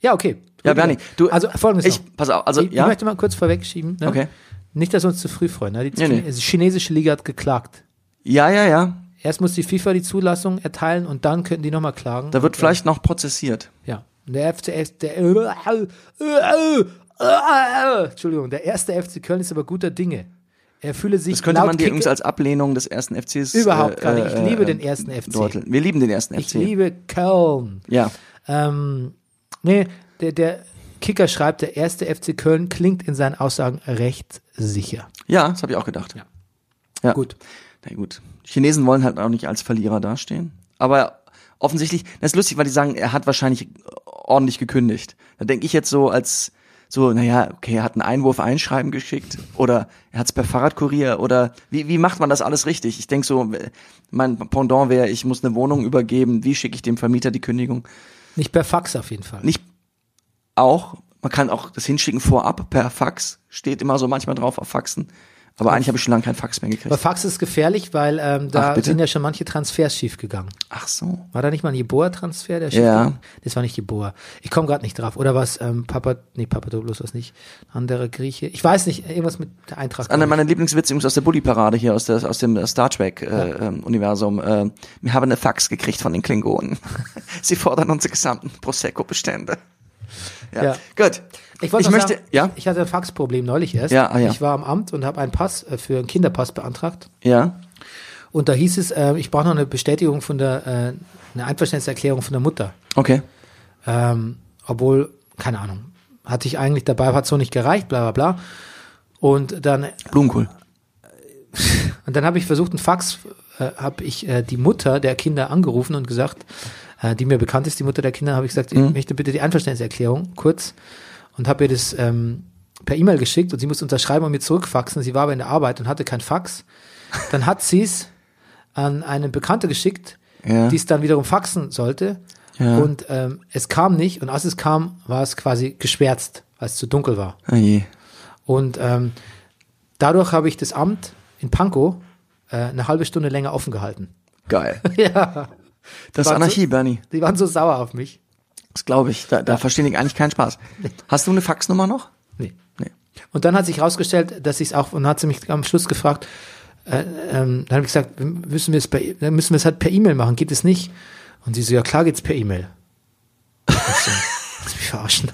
S1: Ja, okay.
S2: Ja, Bernie, du-
S1: also folgendes
S2: ich-
S1: noch.
S2: pass auf, also,
S1: ich,
S2: ja?
S1: ich möchte mal kurz vorweg schieben. Ne?
S2: Okay.
S1: Nicht, dass wir uns zu früh freuen. Ne? Die
S2: Nee, nee.
S1: Chine- also, chinesische Liga hat geklagt.
S2: Ja, ja, ja.
S1: Erst muss die FIFA die Zulassung erteilen und dann könnten die nochmal klagen.
S2: Da wird vielleicht noch prozessiert.
S1: Ja. Und Der FCS, der, äh, Entschuldigung, der erste FC Köln ist aber guter Dinge. Er fühle sich
S2: Das könnte
S1: laut
S2: man dir
S1: Kicker-
S2: übrigens als Ablehnung des ersten FCs.
S1: Überhaupt gar nicht. Ich
S2: äh,
S1: liebe
S2: äh,
S1: den ersten FC.
S2: Dortel. Wir lieben den ersten
S1: ich
S2: FC.
S1: liebe Köln.
S2: Ja.
S1: Ähm, nee, der, der Kicker schreibt, der erste FC Köln klingt in seinen Aussagen recht sicher.
S2: Ja, das habe ich auch gedacht.
S1: Ja.
S2: Ja.
S1: Gut.
S2: Na gut. Chinesen wollen halt auch nicht als Verlierer dastehen. Aber offensichtlich, das ist lustig, weil die sagen, er hat wahrscheinlich äh, ordentlich gekündigt. Da denke ich jetzt so als so, naja, okay, er hat einen Einwurf einschreiben geschickt oder er hat es per Fahrradkurier oder wie, wie macht man das alles richtig? Ich denke so, äh, mein Pendant wäre, ich muss eine Wohnung übergeben, wie schicke ich dem Vermieter die Kündigung?
S1: Nicht per Fax auf jeden Fall.
S2: Nicht auch, man kann auch das hinschicken vorab per Fax, steht immer so manchmal drauf auf Faxen. Aber eigentlich habe ich schon lange kein Fax mehr
S1: Aber
S2: gekriegt.
S1: Fax ist gefährlich, weil ähm, da
S2: Ach, bitte?
S1: sind ja schon manche Transfers schiefgegangen.
S2: Ach so.
S1: War da nicht mal ein Jeboa-Transfer? Der
S2: Ja.
S1: schiefging? Das war nicht Jeboa. Ich komme gerade nicht drauf. Oder was? Ähm, Papa, nee, Papadopoulos was nicht. Anderer Grieche. Ich weiß nicht. Irgendwas mit der Eintracht.
S2: Einer meiner Lieblingswitze übrigens aus der Bully-Parade hier, aus, der, aus dem äh, Star Trek-Universum. Äh, ähm, wir haben eine Fax gekriegt von
S1: <laughs>
S2: den Klingonen. Sie fordern unsere gesamten Prosecco-Bestände. Ja.
S1: Ja.
S2: Gut.
S1: Ich, wollte
S2: ich
S1: noch
S2: möchte,
S1: sagen,
S2: ja,
S1: Ich hatte ein Faxproblem neulich erst.
S2: Ja, ah, ja.
S1: Ich war am Amt und habe einen Pass äh, für einen Kinderpass beantragt.
S2: ja,
S1: Und da hieß es, äh, ich brauche noch eine Bestätigung von der, äh, eine Einverständniserklärung von der Mutter.
S2: okay.
S1: Ähm, obwohl, keine Ahnung, hatte ich eigentlich dabei, hat so nicht gereicht, bla bla bla. Und dann,
S2: Blumenkohl.
S1: und dann habe ich versucht, einen Fax, äh, habe ich äh, die Mutter der Kinder angerufen und gesagt, äh, die mir bekannt ist, die Mutter der Kinder, habe ich gesagt,
S2: Mhm.
S1: ich möchte bitte die Einverständniserklärung kurz und habe ihr das ähm, per E-Mail geschickt und sie musste unterschreiben und mir zurückfaxen. Sie war aber in der Arbeit und hatte kein Fax. Dann hat sie es an eine Bekannte geschickt,
S2: Ja.
S1: die es dann wiederum faxen sollte.
S2: Ja.
S1: Und ähm, es kam nicht. Und als es kam, war es quasi geschwärzt, weil es zu dunkel war.
S2: Oh je.
S1: Und ähm, dadurch habe ich das Amt in Pankow äh, eine halbe Stunde länger offen gehalten. <laughs>
S2: Geil.
S1: ja,
S2: Das ist
S1: Warte.
S2: Anarchie, Bernie.
S1: die waren so sauer auf mich.
S2: Das glaube ich. Da, da verstehen die eigentlich keinen Spaß. Hast du eine Faxnummer noch?
S1: Nee.
S2: Nee.
S1: Und dann hat sich herausgestellt, dass ich es auch, und hat sie mich am Schluss gefragt, äh, ähm, dann habe ich gesagt, müssen wir es bei, dann müssen wir es halt per E-Mail machen, geht es nicht? Und sie so, ja klar geht's per E-Mail. Ich so, Lass mich verarschen.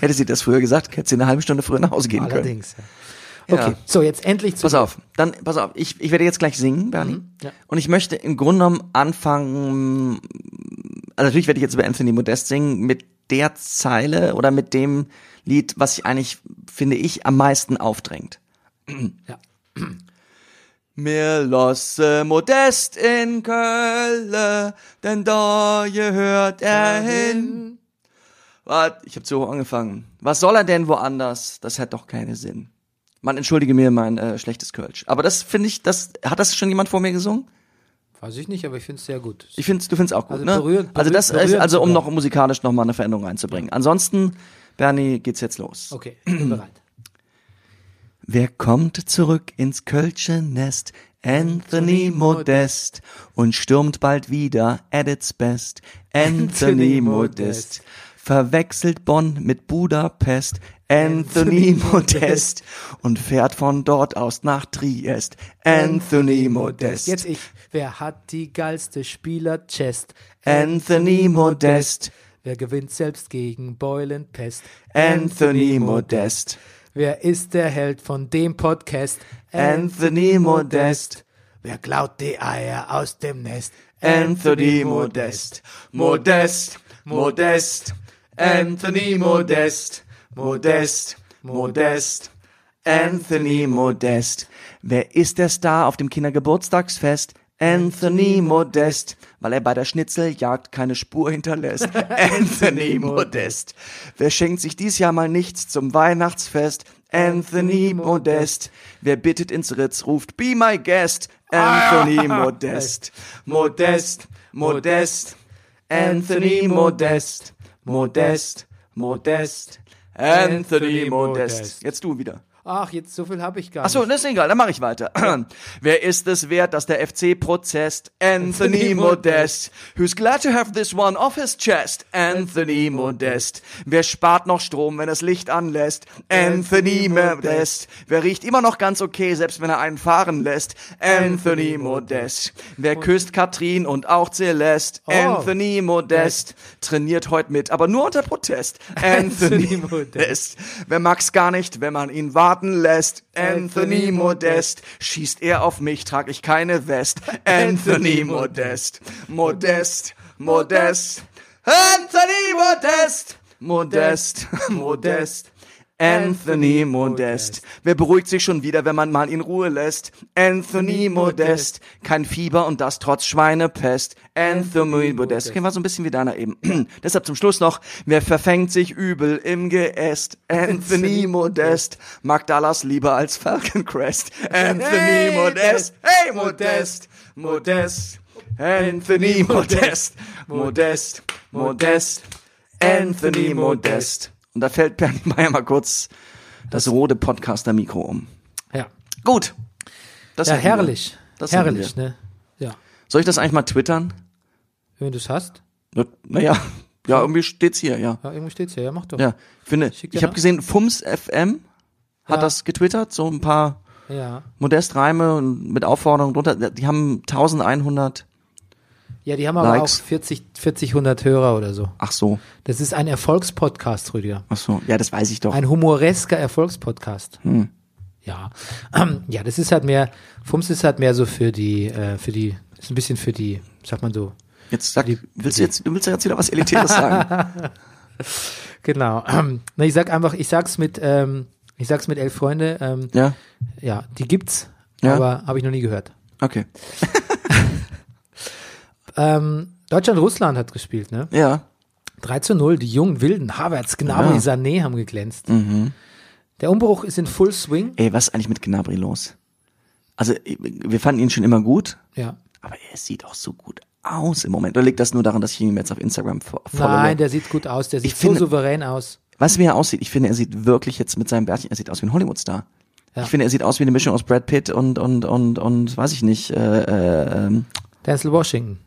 S2: Hätte sie das früher gesagt, hätte sie eine halbe Stunde früher nach Hause gehen können.
S1: Allerdings. Ja. Okay,
S2: Ja.
S1: so jetzt endlich zu.
S2: Pass auf, dann, pass auf, ich, ich werde jetzt gleich singen, Bernie.
S1: Mhm, ja.
S2: Und ich möchte im Grunde genommen anfangen, also natürlich werde ich jetzt über Anthony Modest singen, mit der Zeile oder mit dem Lied, was ich eigentlich, finde ich, am meisten aufdrängt.
S1: Ja.
S2: Mir lasse Modest in Kölle, denn da gehört er hin. Wart, ich habe zu hoch angefangen. Was soll er denn woanders? Das hat doch keinen Sinn. Man entschuldige mir mein äh, schlechtes Kölsch. Aber das finde ich, das hat das schon jemand vor mir gesungen?
S1: Weiß ich nicht, aber ich finde es sehr gut.
S2: Ich find's, du findest auch gut,
S1: Also
S2: ne?
S1: berührt-
S2: also das
S1: berührt-
S2: ist, also um
S1: sogar.
S2: noch musikalisch noch mal eine Veränderung reinzubringen. Ansonsten, Bernie, geht's jetzt los.
S1: Okay, bin bereit.
S2: Wer kommt zurück ins Kölsche Nest? Anthony Modest und stürmt bald wieder at its best. Anthony
S1: Anthony
S2: Modest verwechselt Bonn mit Budapest. Anthony Modest und fährt von dort aus nach Triest. Anthony Modest.
S1: Jetzt ich. Wer hat die geilste Spieler-Chest?
S2: Anthony Modest.
S1: Wer gewinnt selbst gegen Beulenpest?
S2: Anthony Modest.
S1: Wer ist der Held von dem Podcast?
S2: Anthony Modest.
S1: Wer klaut die Eier aus dem Nest?
S2: Anthony Modest. Modest.
S5: Modest, Anthony Modest, Modest, Modest,
S2: Anthony Modest. Wer ist der Star auf dem Kindergeburtstagsfest? Anthony Modest, weil er bei der Schnitzeljagd keine Spur <laughs> hinterlässt. Anthony Modest. Wer schenkt sich dies Jahr mal nichts zum Weihnachtsfest? Anthony Modest. Wer bittet ins Ritz, ruft Be my guest. <laughs> Anthony Modest. Modest, Modest. Anthony Modest. Modest, Modest. Anthony Modest. Jetzt du wieder.
S1: Ach, jetzt so viel habe ich gar
S2: Ach so,
S1: nicht.
S2: das ist egal, dann mache ich weiter. <clears throat> Wer ist es wert, dass der FC prozesst? Anthony Modest. Who's glad to have this one off his chest? Anthony Modest. Wer spart noch Strom, wenn das Licht anlässt? Anthony Modest. Wer riecht immer noch ganz okay, selbst wenn er einen fahren lässt? Anthony Modest. Wer küsst Katrin und auch Celeste? Anthony Modest. Trainiert heute mit, aber nur unter Protest. <laughs> Anthony Modest. Wer mag's gar nicht, wenn man ihn warten lässt? Anthony Modest. Schießt er auf mich, trag ich keine West. <laughs> Anthony Modest. Modest. Modest. Anthony Modest. Modest. <laughs> Modest. Anthony Modest. Wer beruhigt sich schon wieder, wenn man mal in Ruhe lässt? Anthony Modest. Kein Fieber und das trotz Schweinepest. Anthony Modest. Okay, war so ein bisschen wie deiner eben. <clears throat> Deshalb zum Schluss noch. Wer verfängt sich übel im <laughs> Geäst? Anthony Modest. Mag Dallas lieber als Falcon <laughs> Crest. Anthony Modest. Hey, Modest. Modest. Anthony Modest. Modest. Modest. Anthony Modest. Und da fällt Bernie <laughs> Meyer mal kurz das rote Podcaster-Mikro um.
S1: Ja,
S2: Gut. Das
S1: ja
S2: hatten wir.
S1: herrlich.
S2: Das hatten
S1: herrlich, ne? Ja.
S2: Soll ich das eigentlich mal twittern?
S1: Wenn du es hast,
S2: Naja, na ja, ja, irgendwie steht's hier, ja.
S1: ja, irgendwo steht's hier. Ja, mach doch.
S2: Ja, ich finde,
S1: Schick dir
S2: ich habe
S1: nach.
S2: gesehen, Fums FM hat
S1: Ja.
S2: das getwittert, so ein paar
S1: ja.
S2: Modestreime und mit Aufforderungen drunter. Die haben 1100,
S1: Ja, die haben aber
S2: Likes.
S1: auch 40, 40, 100 Hörer oder so.
S2: ach so,
S1: Das ist ein Erfolgspodcast, Rüdiger.
S2: ach so, ja, das weiß ich doch.
S1: Ein humoresker Erfolgspodcast.
S2: Hm.
S1: Ja. <clears throat> Ja, das ist halt mehr, Fums ist halt mehr so für die, äh, für die, ist ein bisschen für die, sagt man so.
S2: Jetzt sag,
S1: die-
S2: willst du jetzt, du willst ja jetzt wieder was
S1: <laughs>
S2: Elitäres sagen?
S1: Genau. <clears throat> Na, ich sag einfach, ich sag's mit, ähm, ich sag's mit elf Freunde, ähm,
S2: Ja,
S1: ja, die gibt's,
S2: Ja.
S1: aber habe ich noch nie gehört.
S2: okay.
S1: Ähm, Deutschland-Russland hat gespielt, ne?
S2: Ja,
S1: 3 zu 0, die jungen Wilden, Havertz, Gnabry,
S2: Ja. Mhm.
S1: Sané haben geglänzt. Der Umbruch ist in Full Swing.
S2: ey, was ist eigentlich mit Gnabry los? Also, wir fanden ihn schon immer gut,
S1: Ja.
S2: Aber er sieht auch so gut aus im Moment. Oder liegt das nur daran, dass ich ihn jetzt auf Instagram fo- followe?
S1: Nein, der sieht gut aus, der sieht
S2: Ich
S1: so
S2: finde-
S1: souverän aus.
S2: Was wie er aussieht, ich finde, er sieht wirklich jetzt mit seinem Bärtchen, er sieht aus wie ein Hollywood-Star. Ich finde, er sieht aus wie eine Mischung aus Brad Pitt und, und, und, und, weiß ich nicht, äh, äh, ähm,
S1: Denzel Washington.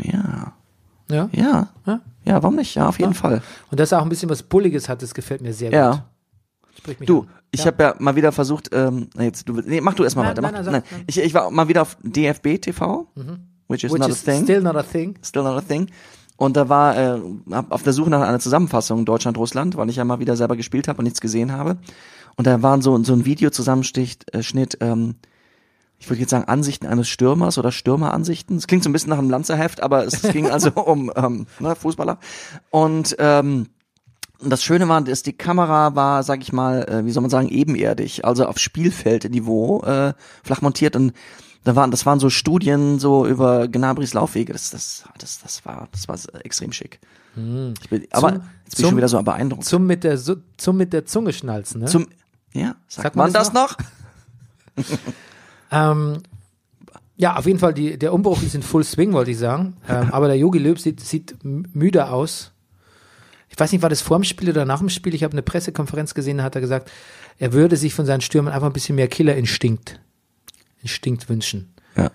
S2: ja,
S1: Ja.
S2: ja,
S1: Ja.
S2: ja, warum nicht? Ja, auf jeden Fall.
S1: Und dass er auch ein bisschen was Bulliges hat, das gefällt mir sehr gut.
S2: Ja.
S1: Sprich mich
S2: Du,
S1: an.
S2: ich hab habe ja mal wieder versucht, ähm, nee, jetzt, du, willst- nee, mach du erstmal
S1: Nein,
S2: weiter.
S1: nein,
S2: mach,
S1: nein, sag- nein.
S2: Ich, ich war mal wieder auf DFB TV, which is
S1: Which
S2: not
S1: is
S2: a thing.
S1: still not a thing.
S2: Still not a thing. Und da war äh, hab auf der Suche nach einer Zusammenfassung Deutschland-Russland, weil ich ja mal wieder selber gespielt habe und nichts gesehen habe. Und da waren so, so ein Videozusammenschnitt, äh, Schnitt, ähm, ich würde jetzt sagen, Ansichten eines Stürmers oder Stürmeransichten. Es klingt so ein bisschen nach einem Lanzerheft, aber es,
S1: <laughs>
S2: es ging also um ähm, ne, Fußballer. Und ähm, und das Schöne war, dass die Kamera war, sag ich mal, äh, wie soll man sagen, ebenerdig, also auf Spielfeldniveau äh, flach montiert und da waren, das waren so Studien so über Gnabrys Laufwege. Das, das, das, das war, das war extrem schick. Ich bin, aber
S1: Hm. Zum-
S2: jetzt bin ich
S1: zum-
S2: schon wieder so beeindruckt.
S1: Zum mit der, Su- zum mit der Zunge schnalzen, ne?
S2: Zum, ja, sagt man, das noch?
S1: Ähm, ja, auf jeden Fall, die, der Umbruch ist in Full Swing, wollte ich
S2: <laughs>
S1: sagen. Ähm, aber der Yogi Löw sieht, sieht m- müde aus. Ich weiß nicht, war das vor dem Spiel oder nach dem Spiel? Ich habe eine Pressekonferenz gesehen, da hat er gesagt, er würde sich von seinen Stürmern einfach ein bisschen mehr Killerinstinkt Instinkt wünschen.
S2: Ja,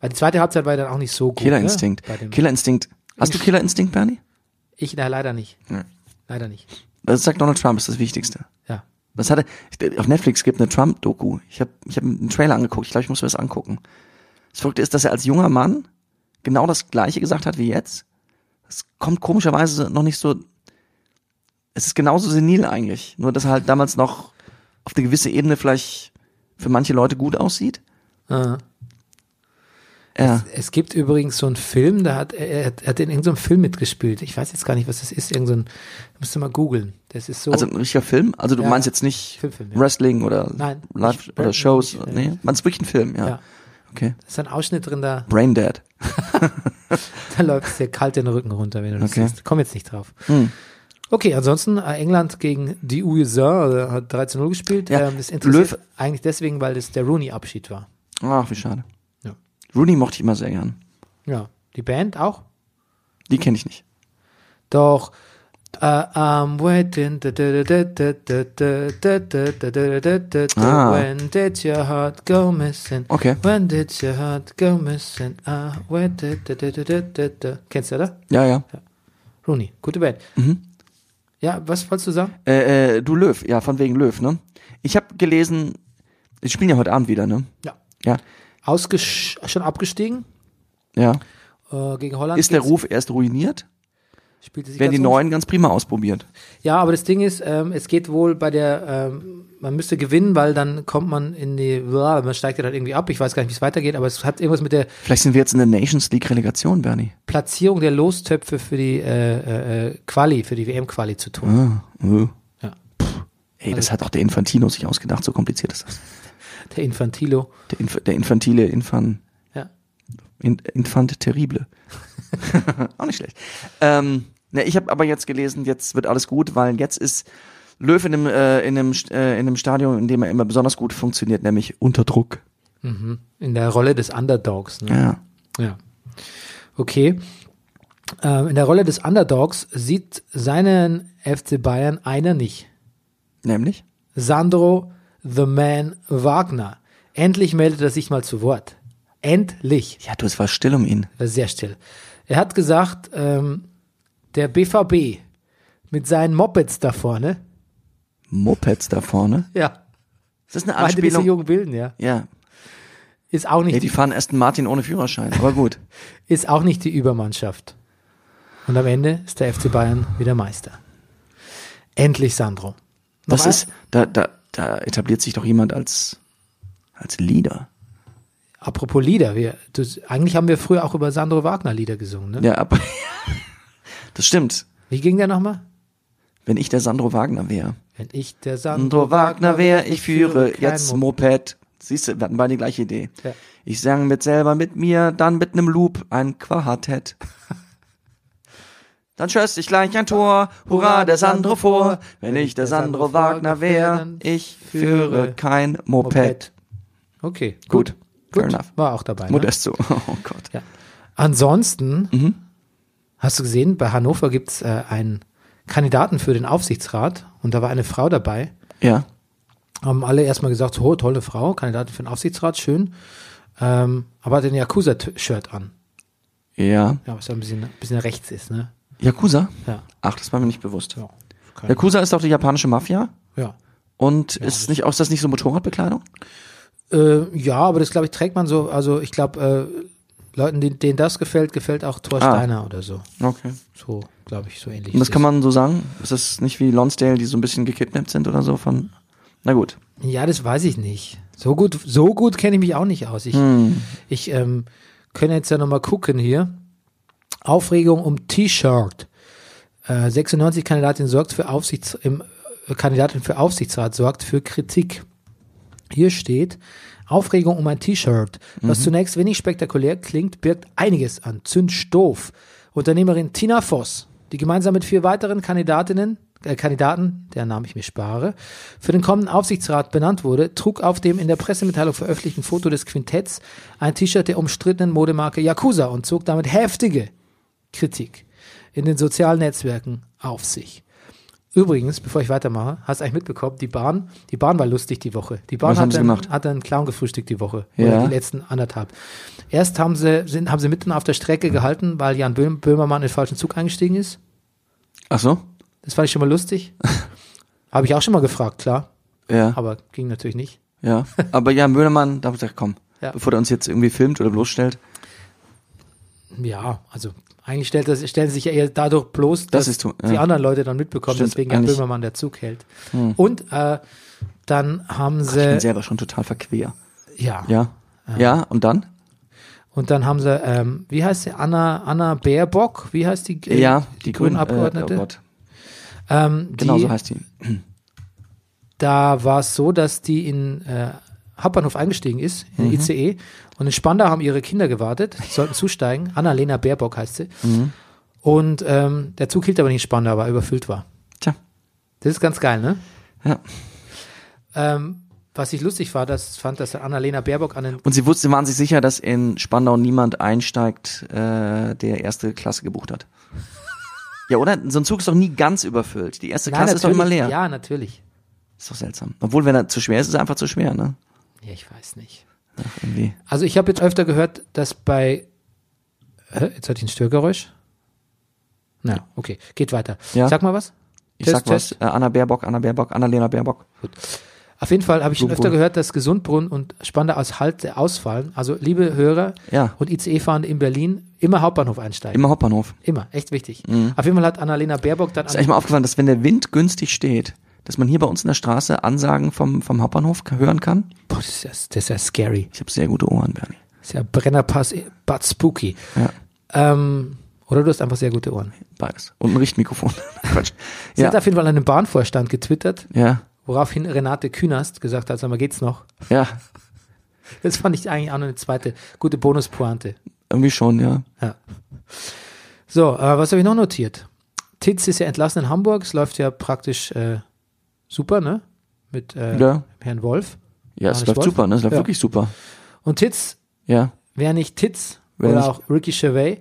S1: Weil die zweite Halbzeit war ja dann auch nicht so gut.
S2: Killerinstinkt.
S1: Ne? Bei dem-
S2: Killerinstinkt. Hast du Killerinstinkt, Bernie?
S1: Ich, na, leider nicht.
S2: Ja.
S1: Leider nicht.
S2: Das sagt Donald Trump, ist das Wichtigste.
S1: Ja.
S2: Das hatte ich- auf Netflix gibt eine Trump Doku. Ich habe ich hab einen Trailer angeguckt. Ich glaube, ich muss mir das angucken. Das Verrückte ist, dass er als junger Mann genau das gleiche gesagt hat wie jetzt. Es kommt komischerweise noch nicht so es ist genauso senil eigentlich, nur dass er halt damals noch auf eine gewisse Ebene vielleicht für manche Leute gut aussieht.
S1: Äh.
S2: Ja.
S1: Es gibt übrigens so einen Film, da hat er, er hat in irgendeinem Film mitgespielt. Ich weiß jetzt gar nicht, was das ist. Irgend so ein, musst du mal googeln. Das ist so.
S2: Also ein richtiger Film? Also du
S1: Ja.
S2: meinst jetzt nicht
S1: Film, Film, ja.
S2: Wrestling oder
S1: Nein,
S2: Live
S1: nicht-
S2: oder Shows?
S1: nicht-
S2: nee, meinst wirklich einen Film, ja.
S1: Ja.
S2: Okay.
S1: da ist ein Ausschnitt drin, da,
S2: Brain Dead.
S1: da läuft es dir kalt den Rücken runter, wenn du das
S2: Okay.
S1: siehst. Komm jetzt nicht drauf. Okay, ansonsten äh, England gegen die USA äh, hat 3 zu 0 gespielt.
S2: Ja,
S1: Ähm, das interessiert
S2: Löw-
S1: eigentlich deswegen, weil das der Rooney-Abschied war.
S2: Ach, wie schade.
S1: Ja.
S2: Rooney mochte ich immer sehr gern.
S1: Ja, die Band auch.
S2: Die kenne ich nicht.
S1: Doch. Äh, I'm waiting. da, da, da, da, da, da, da, da, da, da, da, da, da.
S2: Ah.
S1: When did your heart go missing?
S2: Okay.
S1: When did your heart go missing? I waited. da, da, da, da, da, da. Kennst du, oder?
S2: Ja, ja.
S1: Rooney, gute Band.
S2: Mhm.
S1: Ja, was wolltest du sagen?
S2: Äh, äh, du Löw, ja, von wegen Löw, ne? Ich habe gelesen, die spielen ja heute Abend wieder, ne?
S1: Ja.
S2: Ja.
S1: Ausgesch schon abgestiegen
S2: Ja.
S1: äh, gegen Holland.
S2: Ist der
S1: geht's-
S2: Ruf erst ruiniert,
S1: spielte sich
S2: werden die
S1: ganz um.
S2: Neuen ganz prima ausprobiert.
S1: Ja, aber das Ding ist, ähm, es geht wohl bei der, ähm, man müsste gewinnen, weil dann kommt man in die, bla, man steigt ja dann halt irgendwie ab. Ich weiß gar nicht, wie es weitergeht, aber es hat irgendwas mit der
S2: Vielleicht sind wir jetzt in der Nations League Relegation, Bernie.
S1: Platzierung der Lostöpfe für die äh, äh, äh, Quali, für die WM-Quali zu tun.
S2: Ah, äh.
S1: Ja.
S2: Pff, Ey, das hat auch der Infantino sich ausgedacht, so kompliziert ist das. Mhm.
S1: Der Infantilo.
S2: Der, Inf der infantile Infan.
S1: Ja.
S2: In Infant <laughs> terrible. auch nicht schlecht. Ähm, ne, ich habe aber jetzt gelesen, jetzt wird alles gut, weil jetzt ist Löw in einem, äh, in, einem, St- äh, in einem Stadion, in dem er immer besonders gut funktioniert, nämlich unter Druck.
S1: In der Rolle des Underdogs. Ne?
S2: Ja.
S1: Ja. Okay. Ähm, in der Rolle des Underdogs sieht seinen FC Bayern einer nicht.
S2: Nämlich?
S1: Sandro The Man Wagner. Endlich meldet er sich mal zu Wort. Endlich.
S2: Ja, du, es war still um ihn.
S1: war sehr still. Er hat gesagt, ähm, der BVB mit seinen Mopeds da vorne,
S2: Mopeds da vorne.
S1: ja,
S2: Ist das eine
S1: meinte diese
S2: Anspielung?
S1: jungen Wilden, ja,
S2: Ja.
S1: ist auch
S2: Nee,
S1: nicht,
S2: die fahren Aston Martin ohne Führerschein, aber <laughs> gut.
S1: ist auch nicht die Übermannschaft. Und am Ende ist der FC Bayern wieder Meister. Endlich Sandro.
S2: Das
S1: Nochmal?
S2: ist, da, da, da etabliert sich doch jemand als, als Leader.
S1: Apropos Lieder, wir, du, eigentlich haben wir früher auch über Sandro Wagner Lieder gesungen, ne?
S2: Ja, aber <laughs> das stimmt.
S1: Wie ging der nochmal?
S2: Wenn ich der Sandro Wagner wäre.
S1: Wenn ich der Sandro,
S2: Sandro Wagner wäre, ich führe
S1: kein
S2: jetzt
S1: Moped.
S2: Moped. Siehst du, wir hatten beide die gleiche Idee.
S1: Ja.
S2: Ich sang mit selber mit mir, dann mit nem Loop ein Quartett. Dann schöss ich gleich ein Tor, hurra der Sandro vor. Wenn ich der Sandro Wagner wäre, ich führe kein Moped.
S1: Okay,
S2: Gut,
S1: gut.
S2: fair enough.
S1: War auch dabei. Ne?
S2: Modesto. <laughs> Oh Gott.
S1: Ja. Ansonsten, hast du gesehen, bei Hannover gibt's äh, einen Kandidaten für den Aufsichtsrat und da war eine Frau dabei.
S2: Ja.
S1: Haben alle erstmal gesagt, so, oh, tolle Frau, Kandidatin für den Aufsichtsrat, schön. Ähm, aber hat ein Yakuza-Shirt an.
S2: Ja.
S1: Ja, was ja ein bisschen, ein bisschen rechts ist, ne?
S2: Yakuza?
S1: Ja.
S2: Ach, das war mir nicht bewusst.
S1: Ja. Keine-
S2: Yakuza ist doch die japanische Mafia.
S1: ja.
S2: Und ist nicht, auch ist das nicht so Motorradbekleidung?
S1: Äh, ja, aber das, glaube ich, trägt man so, also ich glaube, äh, Leuten, denen, denen das gefällt, gefällt auch Thor
S2: Ah.
S1: Steiner oder so.
S2: Okay.
S1: So, glaube ich, so ähnlich.
S2: Und das
S1: ist
S2: kann man so sagen? Ist das nicht wie Lonsdale, die so ein bisschen gekidnappt sind oder so von, na gut.
S1: Ja, das weiß ich nicht. So gut, so gut kenne ich mich auch nicht aus. Ich,
S2: Hm.
S1: ich ähm, kann jetzt ja nochmal gucken hier. Aufregung um T-Shirt. Äh, 96 Kandidatin sorgt für Aufsichts im, äh, Kandidatin für Aufsichtsrat sorgt für Kritik. Hier steht Aufregung um ein T-Shirt. Was zunächst wenig spektakulär klingt, birgt einiges an Zündstoff. Unternehmerin Tina Voss, die gemeinsam mit vier weiteren Kandidatinnen, äh, Kandidaten, deren Namen ich mir spare, für den kommenden Aufsichtsrat benannt wurde, trug auf dem in der Pressemitteilung veröffentlichten Foto des Quintetts ein T-Shirt der umstrittenen Modemarke Yakuza und zog damit heftige Kritik in den sozialen Netzwerken auf sich. Übrigens, bevor ich weitermache, hast du eigentlich mitbekommen, die Bahn, die Bahn war lustig die Woche. Die Bahn
S2: Was haben
S1: hat
S2: sie
S1: einen,
S2: gemacht?
S1: hat einen Clown gefrühstückt die Woche.
S2: Ja.
S1: Oder die letzten anderthalb. Erst haben sie, sind, haben sie mitten auf der Strecke gehalten, weil Jan Böhm, Böhmermann in den falschen Zug eingestiegen ist.
S2: Ach so?
S1: Das fand ich schon mal
S2: <laughs>
S1: lustig. Habe ich auch schon mal gefragt, klar.
S2: Ja.
S1: Aber ging natürlich nicht.
S2: ja. Aber ja, Möhnemann, da hab ich gesagt, komm,
S1: Ja.
S2: bevor der uns jetzt irgendwie filmt oder bloßstellt.
S1: Ja, also eigentlich stellt das, stellen sie sich ja eher dadurch bloß, dass
S2: ist so,
S1: die
S2: ja.
S1: anderen Leute dann mitbekommen,
S2: Stimmt,
S1: deswegen Jan
S2: eigentlich- Hm.
S1: Böhmermann der Zug hält. Und äh, dann haben
S2: Ich bin
S1: sie,
S2: selber schon total verquer.
S1: Äh, ja,
S2: Ja. Ja, und dann?
S1: Und dann haben sie, ähm, wie heißt sie, Anna, Anna Baerbock, wie heißt die? äh,
S2: ja,
S1: die, grünen Abgeordnete.
S2: Äh, oh Gott.
S1: ähm,
S2: Genau
S1: die,
S2: so heißt die.
S1: Da war es so, dass die in äh, Hauptbahnhof eingestiegen ist, in
S2: Mhm.
S1: den ICE. Und in Spandau haben ihre Kinder gewartet, die sollten <laughs> zusteigen. Annalena Baerbock heißt sie.
S2: Mhm.
S1: Und ähm, der Zug hielt aber nicht in Spandau, weil er überfüllt war.
S2: Tja.
S1: Das ist ganz geil, ne?
S2: Ja.
S1: Ähm, was ich lustig war, das fand, dass Annalena Baerbock an den.
S2: Und sie wusste, waren sich sicher, dass in Spandau niemand einsteigt, äh, der erste Klasse gebucht hat. ja, oder? So ein Zug ist doch nie ganz überfüllt. Die erste Klasse ist doch immer
S1: natürlich-
S2: leer.
S1: Ja, natürlich.
S2: Ist doch seltsam. Obwohl, wenn er zu schwer ist, ist er einfach zu schwer, ne?
S1: Ja, ich weiß nicht.
S2: Irgendwie.
S1: Also ich habe jetzt öfter gehört, dass bei Hä, jetzt hatte ich ein Störgeräusch. Na, okay, geht weiter.
S2: Ja.
S1: Sag mal was.
S2: Ich
S1: Test,
S2: sag was. Äh, Anna Baerbock, Anna Baerbock, Annalena Baerbock.
S1: Auf jeden Fall habe ich schon öfter
S2: Gesundbrunnen.
S1: gehört, dass Gesundbrunnen und Spandau aus Halte ausfallen. Also liebe Hörer
S2: Ja.
S1: und ICE-Fahrende in Berlin, immer Hauptbahnhof einsteigen.
S2: Immer Hauptbahnhof.
S1: Immer, echt wichtig. Auf jeden Fall hat Annalena Baerbock dann
S2: Mhm. Ist euch mal aufgefallen, dass wenn der Wind günstig steht, dass man hier bei uns in der Straße Ansagen vom, vom Hauptbahnhof k- hören kann?
S1: Boah, das, ist ja, das ist ja scary.
S2: Ich habe sehr gute Ohren, Bernie.
S1: Das ist ja Brennerpass, eh, but spooky.
S2: Ja,
S1: Ähm, oder du hast einfach sehr gute Ohren.
S2: beides. Und ein Richtmikrofon. <laughs> Quatsch.
S1: Sie hat
S2: Ja,
S1: auf jeden Fall an den Bahnvorstand getwittert,
S2: ja,
S1: woraufhin Renate Künast gesagt hat, sag mal, geht's noch?
S2: ja.
S1: Das fand ich eigentlich auch noch eine zweite gute Bonuspointe.
S2: Irgendwie schon, ja.
S1: Ja. So, äh, was habe ich noch notiert? Titz ist ja entlassen in Hamburg. Es läuft ja praktisch äh, super, ne? Mit äh,
S2: Ja.
S1: Herrn Wolf.
S2: Ja,
S1: Johannes
S2: es läuft
S1: Wolf?
S2: super, ne? Es läuft
S1: Ja.
S2: wirklich super.
S1: Und Titz,
S2: Ja.
S1: wäre nicht Titz
S2: Wär
S1: oder
S2: nicht-
S1: auch Ricky Gervais,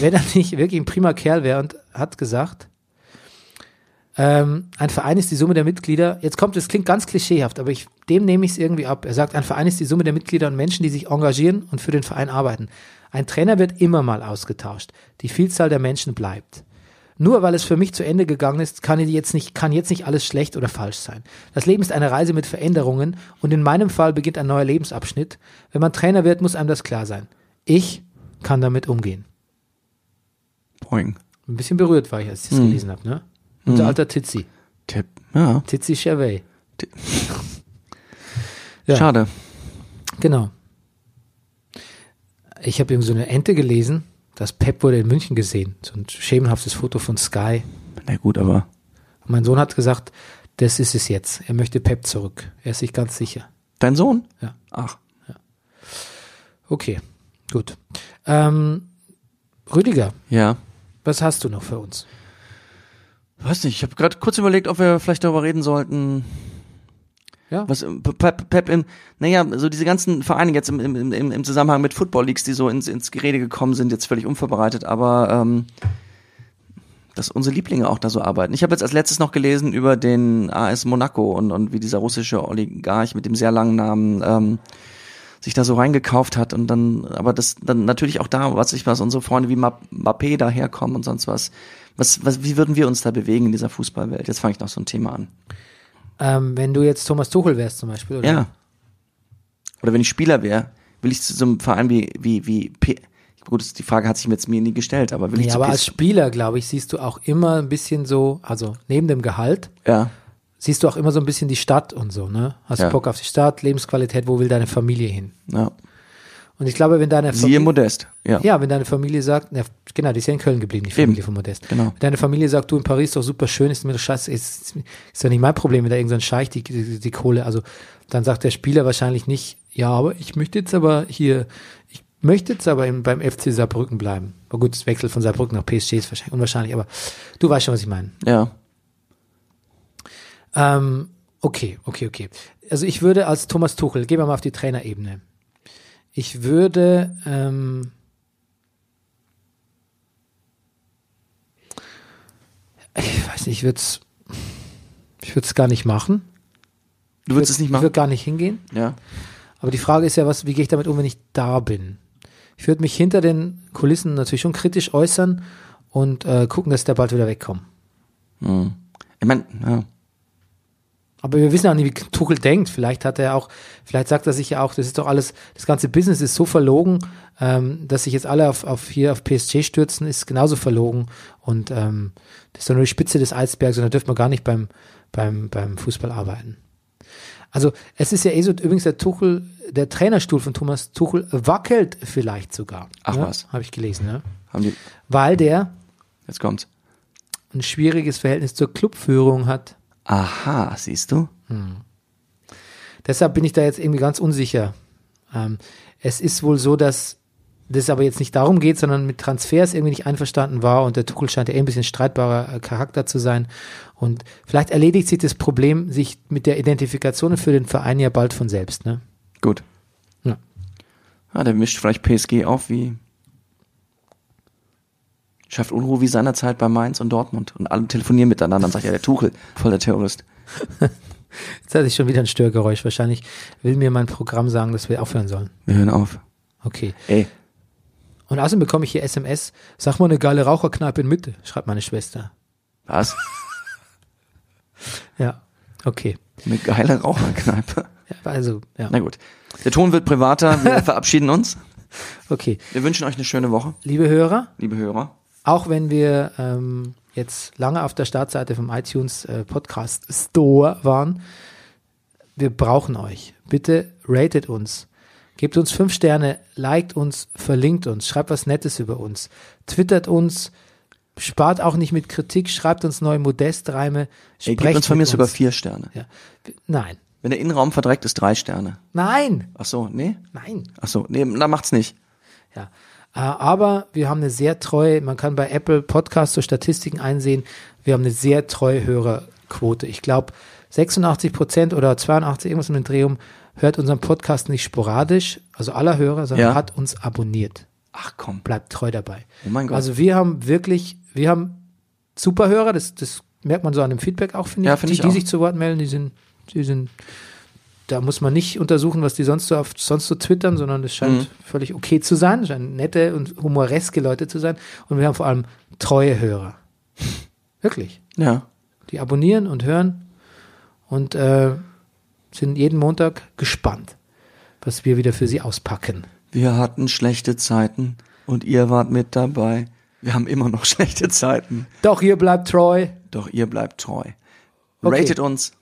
S1: wenn er nicht <laughs> wirklich ein prima Kerl wäre und hat gesagt, ähm, ein Verein ist die Summe der Mitglieder. Jetzt kommt, es klingt ganz klischeehaft, aber ich, dem nehme ich es irgendwie ab. Er sagt, ein Verein ist die Summe der Mitglieder und Menschen, die sich engagieren und für den Verein arbeiten. Ein Trainer wird immer mal ausgetauscht. Die Vielzahl der Menschen bleibt. Nur weil es für mich zu Ende gegangen ist, kann jetzt nicht, kann jetzt nicht alles schlecht oder falsch sein. Das Leben ist eine Reise mit Veränderungen und in meinem Fall beginnt ein neuer Lebensabschnitt. Wenn man Trainer wird, muss einem das klar sein. Ich kann damit umgehen.
S2: Boing.
S1: Ein bisschen berührt war ich, als ich das gelesen habe, ne? Unser alter Titzi.
S2: Tipp. Ja.
S1: Titzi Gervais. Ja.
S2: ja. Schade.
S1: Genau. Ich habe irgend so eine Ente gelesen, dass Pep wurde in München gesehen. So ein schemenhaftes Foto von Sky.
S2: Na gut, aber
S1: Und mein Sohn hat gesagt, das ist es jetzt. Er möchte Pep zurück. Er ist sich ganz sicher.
S2: dein Sohn?
S1: Ja.
S2: Ach,
S1: Okay, gut. Ähm, Rüdiger,
S2: ja.
S1: was hast du noch für uns?
S2: Weiß nicht, ich habe gerade kurz überlegt, ob wir vielleicht darüber reden sollten.
S1: Ja.
S2: Was ähm, Pe- Pep, Pep im, naja, so diese ganzen Vereine jetzt im, im, im, im Zusammenhang mit Football Leagues, die so ins, ins Gerede gekommen sind, jetzt völlig unvorbereitet, aber ähm, dass unsere Lieblinge auch da so arbeiten. Ich habe jetzt als letztes noch gelesen über den AS Monaco und, und wie dieser russische Oligarch mit dem sehr langen Namen ähm, sich da so reingekauft hat und dann, aber das dann natürlich auch da, was ich was unsere Freunde wie Ma- Mbappé da herkommen und sonst was. Was, was, wie würden wir uns da bewegen in dieser Fußballwelt? Jetzt fange ich noch so ein Thema an.
S1: Ähm, wenn du jetzt Thomas Tuchel wärst zum Beispiel, oder?
S2: Ja. Oder wenn ich Spieler wäre, will ich zu so einem Verein wie, wie, wie P Gut, das- die Frage hat sich mir jetzt mir nie gestellt, aber will ich
S1: Nee,
S2: zu
S1: aber als
S2: PS
S1: Spieler, glaube ich, siehst du auch immer ein bisschen so, also neben dem Gehalt,
S2: Ja.
S1: siehst du auch immer so ein bisschen die Stadt und so, ne? Hast
S2: Ja.
S1: Bock auf die Stadt, Lebensqualität, wo will deine Familie hin?
S2: ja.
S1: Und ich glaube, wenn deine
S2: Siehe
S1: Familie-
S2: Modest. Ja.
S1: Ja, wenn deine Familie sagt, ja, genau, die ist ja in Köln geblieben, die Familie von Modest.
S2: genau.
S1: Wenn deine Familie sagt, du in Paris ist doch super schön, ist mir doch scheiße, ist, ist doch nicht mein Problem, wenn da irgendein Scheich die, die, die Kohle, also dann sagt der Spieler wahrscheinlich nicht, ja, aber ich möchte jetzt aber hier, ich möchte jetzt aber im, beim FC Saarbrücken bleiben. Aber gut, das Wechsel von Saarbrücken nach PSG ist wahrscheinlich unwahrscheinlich, aber du weißt schon, was ich meine.
S2: Ja.
S1: Ähm, okay, okay, okay. Also ich würde als Thomas Tuchel, gehen wir mal auf die Trainerebene. Ich würde, ähm, ich weiß nicht, ich würde es, ich würde es gar nicht machen.
S2: Du würdest es nicht
S1: Ich
S2: machen?
S1: würde gar nicht hingehen.
S2: Ja.
S1: Aber die Frage ist ja, was, wie gehe ich damit um, wenn ich da bin? Ich würde mich hinter den Kulissen natürlich schon kritisch äußern und äh, gucken, dass ich da bald wieder wegkomme.
S2: Hm. Ich meine, ja.
S1: Aber wir wissen auch nicht, wie Tuchel denkt. Vielleicht hat er auch, vielleicht sagt er sich ja auch, das ist doch alles, das ganze Business ist so verlogen, ähm, dass sich jetzt alle auf, auf hier auf PSG stürzen, ist genauso verlogen. Und ähm, das ist doch nur die Spitze des Eisbergs und da dürfen wir gar nicht beim, beim, beim Fußball arbeiten. Also es ist ja eh so, übrigens der Tuchel, der Trainerstuhl von Thomas Tuchel wackelt vielleicht sogar.
S2: Ach
S1: ne?
S2: was.
S1: Habe ich gelesen, ne?
S2: Haben die,
S1: Weil der
S2: jetzt kommt's.
S1: ein schwieriges Verhältnis zur Clubführung hat.
S2: Aha, siehst du?
S1: Deshalb bin ich da jetzt irgendwie ganz unsicher. Ähm, es ist wohl so, dass das aber jetzt nicht darum geht, sondern mit Transfers irgendwie nicht einverstanden war und der Tuchel scheint ja eh ein bisschen streitbarer äh, Charakter zu sein. Und vielleicht erledigt sich das Problem sich mit der Identifikation für den Verein ja bald von selbst. Ne?
S2: Gut.
S1: Ja.
S2: Ah, der mischt vielleicht PSG auf wie. Schafft Unruhe wie seinerzeit bei Mainz und Dortmund. Und alle telefonieren miteinander. Dann sagt ja der Tuchel, voll der Terrorist.
S1: Jetzt hatte ich schon wieder ein Störgeräusch. Wahrscheinlich will mir mein Programm sagen, dass wir aufhören sollen.
S2: Wir hören auf.
S1: Okay.
S2: Ey,
S1: Und außerdem bekomme ich hier SMS. Sag mal eine geile Raucherkneipe in Mitte, schreibt meine Schwester.
S2: was?
S1: Ja. Okay.
S2: Eine geile Raucherkneipe.
S1: Ja, also, ja.
S2: Na gut. Der Ton wird privater.
S1: <laughs>
S2: Wir verabschieden uns.
S1: Okay.
S2: Wir wünschen euch eine schöne Woche,
S1: Liebe Hörer,
S2: liebe Hörer.
S1: auch wenn wir ähm, jetzt lange auf der Startseite vom iTunes äh, Podcast Store waren, wir brauchen euch. Bitte ratet uns. Gebt uns fünf Sterne, liked uns, verlinkt uns, schreibt was Nettes über uns, twittert uns, spart auch nicht mit Kritik, schreibt uns neue Modestreime,
S2: Ey,
S1: sprecht
S2: gebt uns von
S1: mit
S2: mir sogar vier Sterne.
S1: Ja. Nein,
S2: Wenn der Innenraum verdreckt ist, drei Sterne.
S1: nein,
S2: Ach so, nee?
S1: nein.
S2: Ach so, nee, da macht's nicht.
S1: Ja. Äh, Aber wir haben eine sehr treue, man kann bei Apple Podcasts so Statistiken einsehen, wir haben eine sehr treue Hörerquote. Ich glaube, 86 Prozent oder 82, irgendwas um im Drehum, hört unseren Podcast nicht sporadisch, also aller Hörer, sondern
S2: Ja.
S1: hat uns abonniert.
S2: Ach komm.
S1: Bleibt treu dabei.
S2: Oh mein Gott.
S1: Also wir haben wirklich, wir haben super Hörer, das, das merkt man so an dem Feedback auch, finde
S2: Ja,
S1: ich.
S2: finde
S1: die,
S2: ich
S1: die
S2: auch.
S1: sich zu Wort melden, die sind, die sind, da muss man nicht untersuchen, was die sonst so auf, sonst so twittern, sondern das scheint
S2: Mhm.
S1: völlig okay zu sein, scheinen nette und humoreske Leute zu sein. Und wir haben vor allem treue
S2: <laughs>
S1: Hörer. Wirklich.
S2: Ja.
S1: Die abonnieren und hören und äh, sind jeden Montag gespannt, was wir wieder für sie auspacken.
S2: Wir hatten schlechte Zeiten und ihr wart mit dabei. Wir haben immer noch <laughs> schlechte Zeiten,
S1: Doch, ihr bleibt treu,
S2: doch ihr bleibt treu.
S1: Okay.
S2: Ratet uns,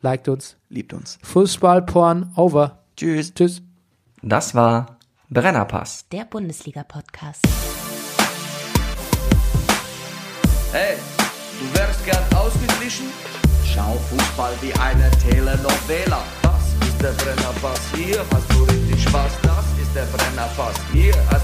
S1: liked uns.
S2: liebt uns.
S1: Fußballporn over.
S2: Tschüss.
S1: Tschüss.
S3: Das war Brennerpass.
S4: Der Bundesliga-Podcast.
S5: Hey, du wärst gern ausgeglichen? Schau Fußball wie eine Telenovela. Das ist der Brennerpass, hier hast du richtig Spaß. Das ist der Brennerpass, hier hast